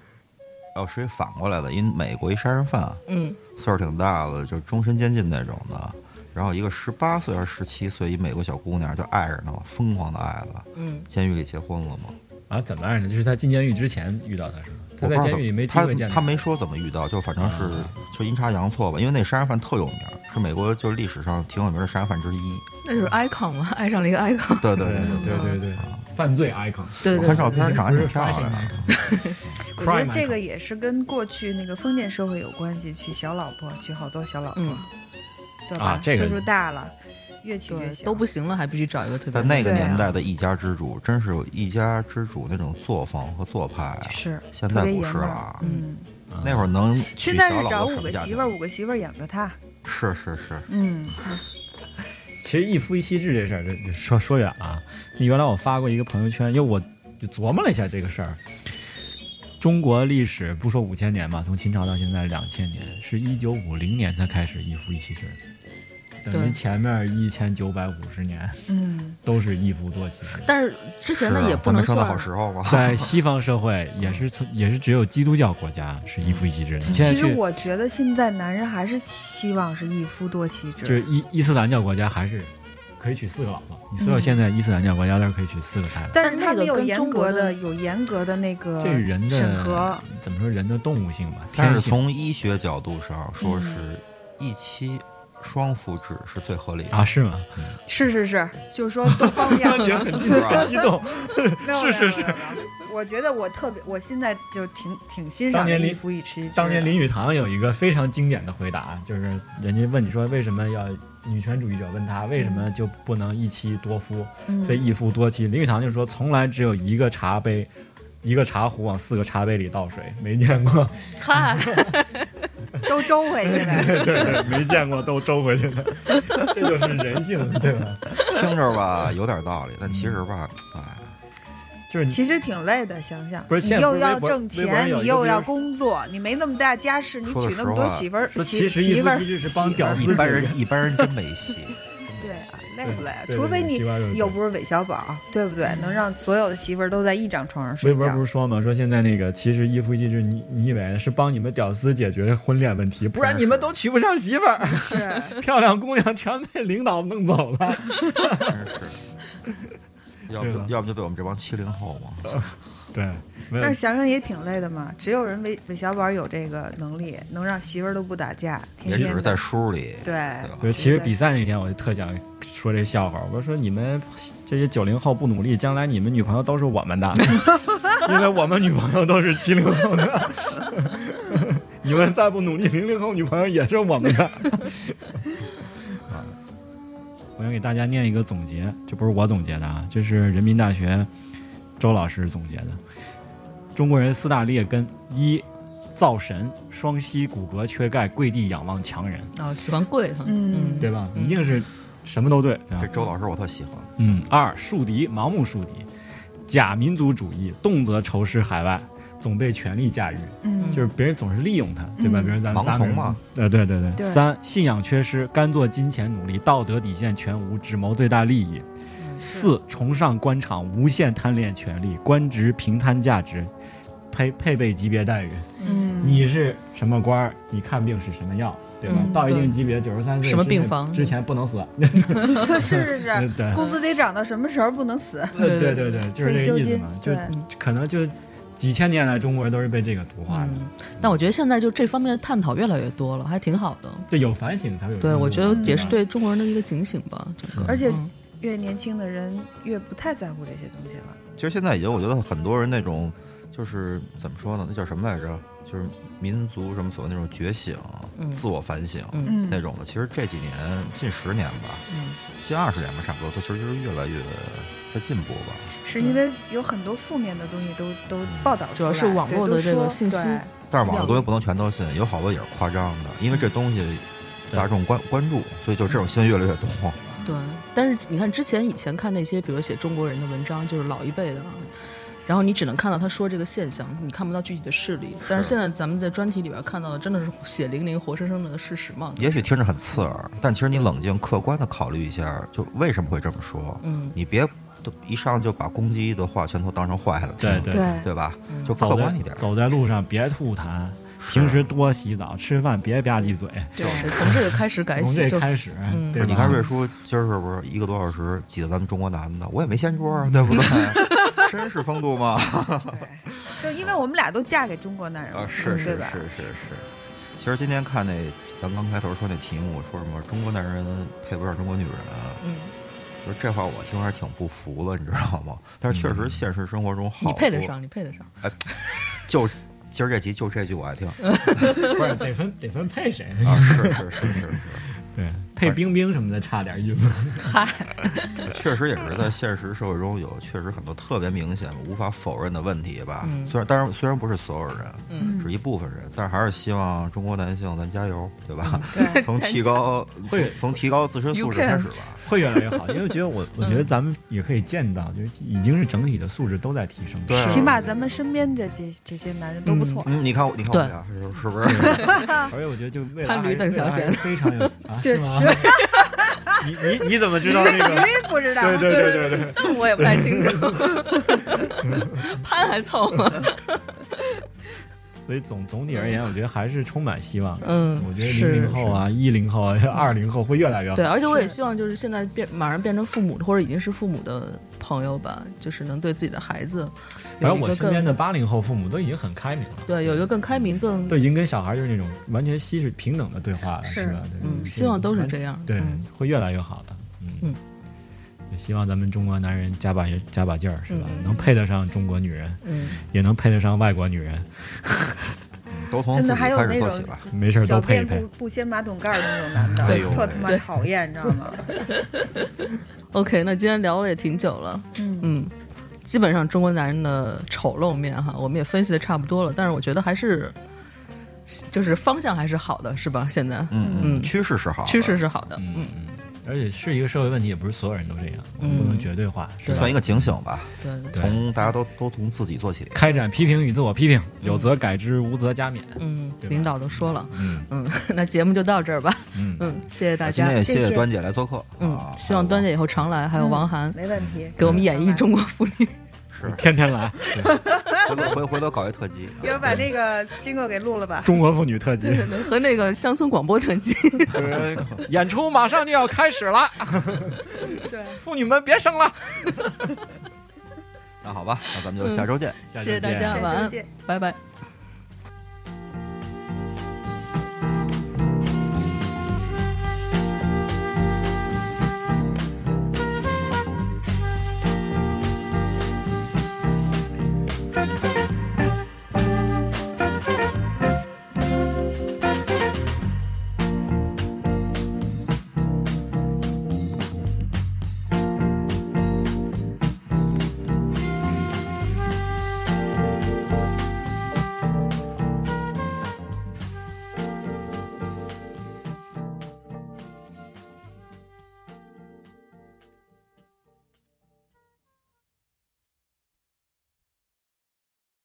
I: 要是一反过来的，因美国一杀人犯，
H: 嗯，
I: 岁数挺大的，就是终身监禁那种的。然后一个十八岁还是十七岁一美国小姑娘就爱上他了，疯狂的爱了，
H: 嗯，
I: 监狱里结婚了嘛。
K: 啊，怎么爱呢？就是他进监狱之前遇到他是吗？他
I: 我
K: 在
I: 不知道
K: 监
I: 怎
K: 狱
I: 么
K: 里没机
I: 他
K: 会见
I: 他啊没说怎么遇到，就反正是就阴差阳错吧。因为那杀人犯特有名，是美国就历史上挺有名的杀人犯之一。
H: 那就是 icon 嘛，爱上了一个 icon。
I: 对对对
K: 对对对，犯罪 icon。
H: 对对
I: 我看照片长得挺漂亮的。啊
J: 我觉得
K: Crime
J: 这个也是跟过去那个封建社会有关系，娶小老婆，娶好多小老婆，
H: 嗯
J: 对吧？
K: 啊这个
J: 岁数大了，越娶越
H: 对，
J: 小
H: 都。不行了，还必须找一个特别
I: 但那个
J: 对啊
I: 年代的一家之主，真是有一家之主那种作风和做派啊，
J: 是，
I: 现
J: 特
I: 在
J: 别
I: 不
J: 爷
I: 是
J: 们儿
I: 了啊。
J: 嗯，
I: 那会儿能娶
J: 现在
I: 小
J: 是
I: 老
J: 找
I: 婆什
J: 五个
I: 么家
J: 媳
I: 庭
J: 妇儿，五个媳妇儿养着他。
I: 是是是，
J: 嗯，
K: 其实一夫一妻制这事儿，这这说说远了啊。原来我发过一个朋友圈，因为我就琢磨了一下这个事儿。中国历史不说五千年吧，从秦朝到现在两千年，是一九五零年才开始一夫一妻制，等
H: 对
K: 于前面一千九百五十年
J: 嗯，
K: 都是一夫多妻制。
H: 但是之前
I: 是
H: 的
I: 啊
H: 也不
I: 咱没
H: 能
I: 生
H: 算
I: 到好时候 嘛。
K: 在西方社会，也是从也是只有基督教国家是一夫一妻制。你现在
J: 其实
K: 去
J: 我觉得现在男人还是希望是一夫多妻
K: 就
J: 制。
K: 是伊伊斯兰教国家还是可以娶四个老婆，你所有
J: 嗯
K: 现在伊斯兰教国家都是可以娶四个太太。
J: 但是
H: 但那
J: 他们
H: 个
J: 有
H: 跟
J: 严
H: 中国
J: 格的、
H: 的
J: 有严格的那个
K: 这是人的
J: 审核，
K: 怎么说人的动物性吧？
I: 但
K: 天
I: 是
K: 性
I: 从医学角度上说，是一妻双夫制是最合理的。
K: 啊，是吗？。
J: 是是是，就是说多方 面
K: 很激动， 很激动。
J: 没有
K: 是是，
J: 没有没有没有我觉得我特别，我现在就挺挺欣
K: 当
J: 赏
K: 年
J: 一
K: 林
J: 夫一妻制的。
K: 当年林语堂有一个非常经典的回答，就是人家问你说为什么要女权主义者问他为什么就不能一妻多夫，非一夫多妻？林语堂就说从来只有一个茶杯。一个茶壶往四个茶杯里倒水，没见 过，
H: 嗨，
J: 都周回去了，
K: 对对，没见过都周回去的，这就是人性，对吧？
I: 听着吧，有点道理，但其实吧，哎，
K: 就是你
J: 其实挺累的。想想，
K: 不是
J: 你
K: 现在
J: 又
K: 不是微
J: 要
K: 博
J: 挣
K: 微博上有一
J: 钱，你
K: 个
J: 又
K: 微
J: 要
K: 博
J: 工作，你没那么大家世，你
I: 说
J: 娶
I: 的
J: 那
I: 实
J: 么多
I: 话
J: 媳妇儿
K: 说，
J: 媳
K: 其实
J: 媳
K: 一
J: 妇
K: 夫
J: 儿
K: 一妻制是帮屌丝
I: 一
K: 解决
I: 般人一般人真没戏。
J: 对啊，累
K: 对
J: 不累啊？
K: 对
J: 除
K: 对
J: 非
K: 对
J: 你
K: 媳妇儿有
J: 又不是韦小宝，对不对？能让所有的媳妇儿都在一张床上
K: 微
J: 睡
K: 博
J: 觉
K: 不。是说吗？说现在那个其实一夫一妻制，你你以为是帮你们屌丝解决婚恋问题，不然你们都娶不上媳妇儿，
J: 是，
K: 漂亮姑娘全被领导弄走了。
I: 真是，要不
K: 对吧
I: 就要不就被我们这帮七零后嘛。
K: 对，没有
J: 但是想想也挺累的嘛。只有人韦韦小宝有这个能力，能让媳妇儿都不打架，天
I: 也
J: 天
I: 只是
J: 的
I: 在书里。
J: 对
I: 吧
K: 不是，其实比赛那天我就特想说这笑话，我说你们这些九零后不努力，将来你们女朋友都是我们 的，因为我们女朋友都是七零后的。 你们再不努力，零零后女朋友也是我们的。 啊我想给大家念一个总结，这不是我总结的啊，这是人民大学周老师总结的。中国人四大劣根：一、造神，双膝骨骼缺钙，跪地仰望强人。
H: 啊，喜欢跪哈，
J: 嗯
K: 对吧？
H: 嗯
K: 一定是什么都对，对吧？
I: 这周老师我特喜欢，
K: 嗯。二树敌，盲目树敌，假民族主义，动辄仇视海外，总被权力驾驭，
J: 嗯，
K: 就是别人总是利用他，对吧？
J: 嗯
K: 比如咱们
I: 盲
K: 仨
I: 从
K: 人
I: 嘛。
K: 呃，对对对。
J: 对
K: 三信仰缺失，甘做金钱奴隶，道德底线全无，只谋最大利益。四崇尚官场，无限贪恋权力，官职平摊价值，配配备级别待遇。
J: 嗯，
K: 你是什么官儿，你看病是什么药，对吧？
J: 嗯
K: 到一
H: 对
K: 定级别，九十三岁
H: 什么
K: 之内
H: 病房
K: 之前不能死。
J: 是是是，
K: 对。
J: 工资得涨到什么时候不能死？
K: 对
H: 对
K: 对对对，就是
J: 退
K: 这
J: 休
K: 个意思
J: 金
K: 嘛，就
J: 对，
K: 可能就几千年来中国人都是被这个毒化的，
H: 嗯，但我觉得现在就这方面的探讨越来越多了，还挺好的。
K: 这有反省才会有进步嘛。
H: 对，我觉得也是
K: 吧，
H: 对中国人的一个警醒吧。整个
J: 而且
H: 嗯
J: 越年轻的人越不太在乎这些东西了。
I: 其实现在已经我觉得很多人那种就是怎么说呢，那叫什么来着？就是民族什么所谓那种觉醒、
H: 嗯
I: 自我反省
H: 嗯
J: 嗯
I: 那种的。其实这几年近十年吧，
H: 嗯
I: 近二十年吧，差不多，它其实就是越来越在进步吧。
J: 是因为有很多负面的东西都都报道出来，
H: 主要是网络的
J: 对都
H: 这个
J: 说
H: 信息
J: 对
I: 嗯但是网络
J: 是
I: 东西不能全都信，有好多也是夸张的，因
K: 嗯
I: 为这东西大众关关注，所以就这种新闻越来越多。
H: 对，但是你看之前以前看那些，比如写中国人的文章，就是老一辈的啊，然后你只能看到他说这个现象，你看不到具体的事例。但是现在咱们在专题里边看到的，真的是血淋淋、活生生的事实嘛？
I: 也许听着很刺耳，但其实你冷静客观的考虑一下，就为什么会这么说？
H: 嗯
I: 你别都一上就把攻击的话全都当成坏的听，
K: 对对对
I: 对吧？
K: 嗯
I: 就客
K: 走在
I: 观一点，
K: 走在路上别吐痰，平时多洗澡，吃饭别吧唧嘴。
H: 对，从这个开始改
K: 从
H: 洗，
K: 这
H: 就
K: 开始
H: 嗯
K: 对吧
I: 你看瑞叔今儿是不是一个多小时挤得咱们中国男的？我也没掀桌啊，对 不对？绅士风度嘛。
J: 就因为我们俩都嫁给中国男人了，
I: 啊，是
J: 嗯
I: 是
J: 对
I: 是
J: 吧？
I: 是是。其实今天看那咱刚开头说那题目，说什么中国男人配不上中国女人，
H: 嗯，
I: 就是这话我听还是挺不服的，你知道吗？但是确实现实生活中好多，
H: 嗯你配得上，你配得上。
I: 哎，就今儿这集就这句我 爱听
K: 不是得分得分配谁
I: 啊，是是是是是。
K: 对， 配冰冰什么的差点意思。
H: 嗨，
I: 确实也是在现实社会中有确实很多特别明显、无法否认的问题吧。
H: 嗯
I: 虽然当然虽然不是所有人，
H: 嗯
I: 只一部分人，但是还是希望中国男性咱加油，对吧？
H: 嗯
J: 对
I: 从提高
K: 会
I: 从提高自身素质
J: You can
I: 开始吧。
K: 会越来越好，因为我觉得我，我觉得咱们也可以见到，就是已经是整体的素质都在提升。
I: 对啊
J: 起码咱们身边的这这些男人都不错。
I: 嗯，你看我，你看我
H: 对
I: 们俩是是不是？
K: 而且我觉得就未来
H: 看
K: 还
H: 驴
K: 是
H: 邓小
K: 未
H: 闲
K: 来还是非常有啊，是吗？你你你怎么知道 那个？
J: 谁不知道？
K: 对对对对 对。
H: 我也不太清 楚，潘还凑合。
K: 所以总总体而言，我觉得还是充满希望的。
H: 嗯
K: 我觉
H: 是
K: 得零零后啊、一零后啊、 二零后会越来越好。
H: 对，而且我也希望就是现在变马上变成父母的或者已经是父母的朋友吧，就是能对自己的孩子
K: 反
H: 有
K: 正
H: 一
K: 我
H: 个
K: 身边
H: 更
K: 的八零后父母都已经很开明了，
H: 对有一个更开明更
K: 都已经跟小孩就是那种完全息是平等的对话了，
J: 是
K: 是吧？对
H: 嗯，
K: 对
H: 希望都是这样。
K: 对
H: 嗯，
K: 会越来越好的。
H: 嗯
K: 嗯，也希望咱们中国男人加把加把劲儿，是吧
H: 嗯？
K: 能配得上中国女人，
H: 嗯，
K: 也能配得上外国女人，
I: 都从
J: 真
I: 自
J: 的
I: 己
J: 还有
I: 开
J: 那
I: 始
J: 种
I: 做起 吧。
K: 没事儿
J: 小
K: 都配
J: 便
K: 一配
J: 不。不掀马桶盖儿的那种男的，
I: 哎呦
J: 特他妈讨厌，你知道吗？
H: OK，那今天聊的也挺久了，
J: 嗯
H: 嗯，基本上中国男人的丑陋面哈，我们也分析的差不多了，但是我觉得还是就是方向还是好的，是吧？现在
I: 嗯
H: 嗯
I: 嗯，趋势是好的，
H: 趋势是好的，嗯
K: 嗯，嗯，而且是一个社会问题，也不是所有人都这样，
H: 嗯
K: 不能绝对化，是吧？
I: 算一个警醒吧。
H: 对对对，
I: 从大家都都从自己做起。
K: 开展批评与自我批评，有则改之，无则加勉。
H: 嗯，
K: 对吧
H: 领导都说了，
K: 嗯
H: 嗯， 那节目就到这儿吧，
K: 嗯
H: 嗯，谢谢大
I: 今
H: 家
I: 天，也谢嗯
J: 谢
I: 谢
J: 谢
I: 端姐来做客，
H: 嗯
I: 啊，
H: 希望端姐以后常来，还有王涵
J: 没问题。
H: 给我们演绎中国妇女，
I: 是
K: 天天来
I: 回头回回头搞一特辑，啊
J: 嗯一会儿把那个经过给录了吧。
K: 中国妇女特辑
H: 和那个乡村广播特辑，
K: 演出马上就要开始了，
J: 对，
K: 妇女们别生了，
I: 那好吧，那咱们就下周见。
H: 谢谢大家，
J: 下周
H: 晚安
J: 见，
H: 拜拜。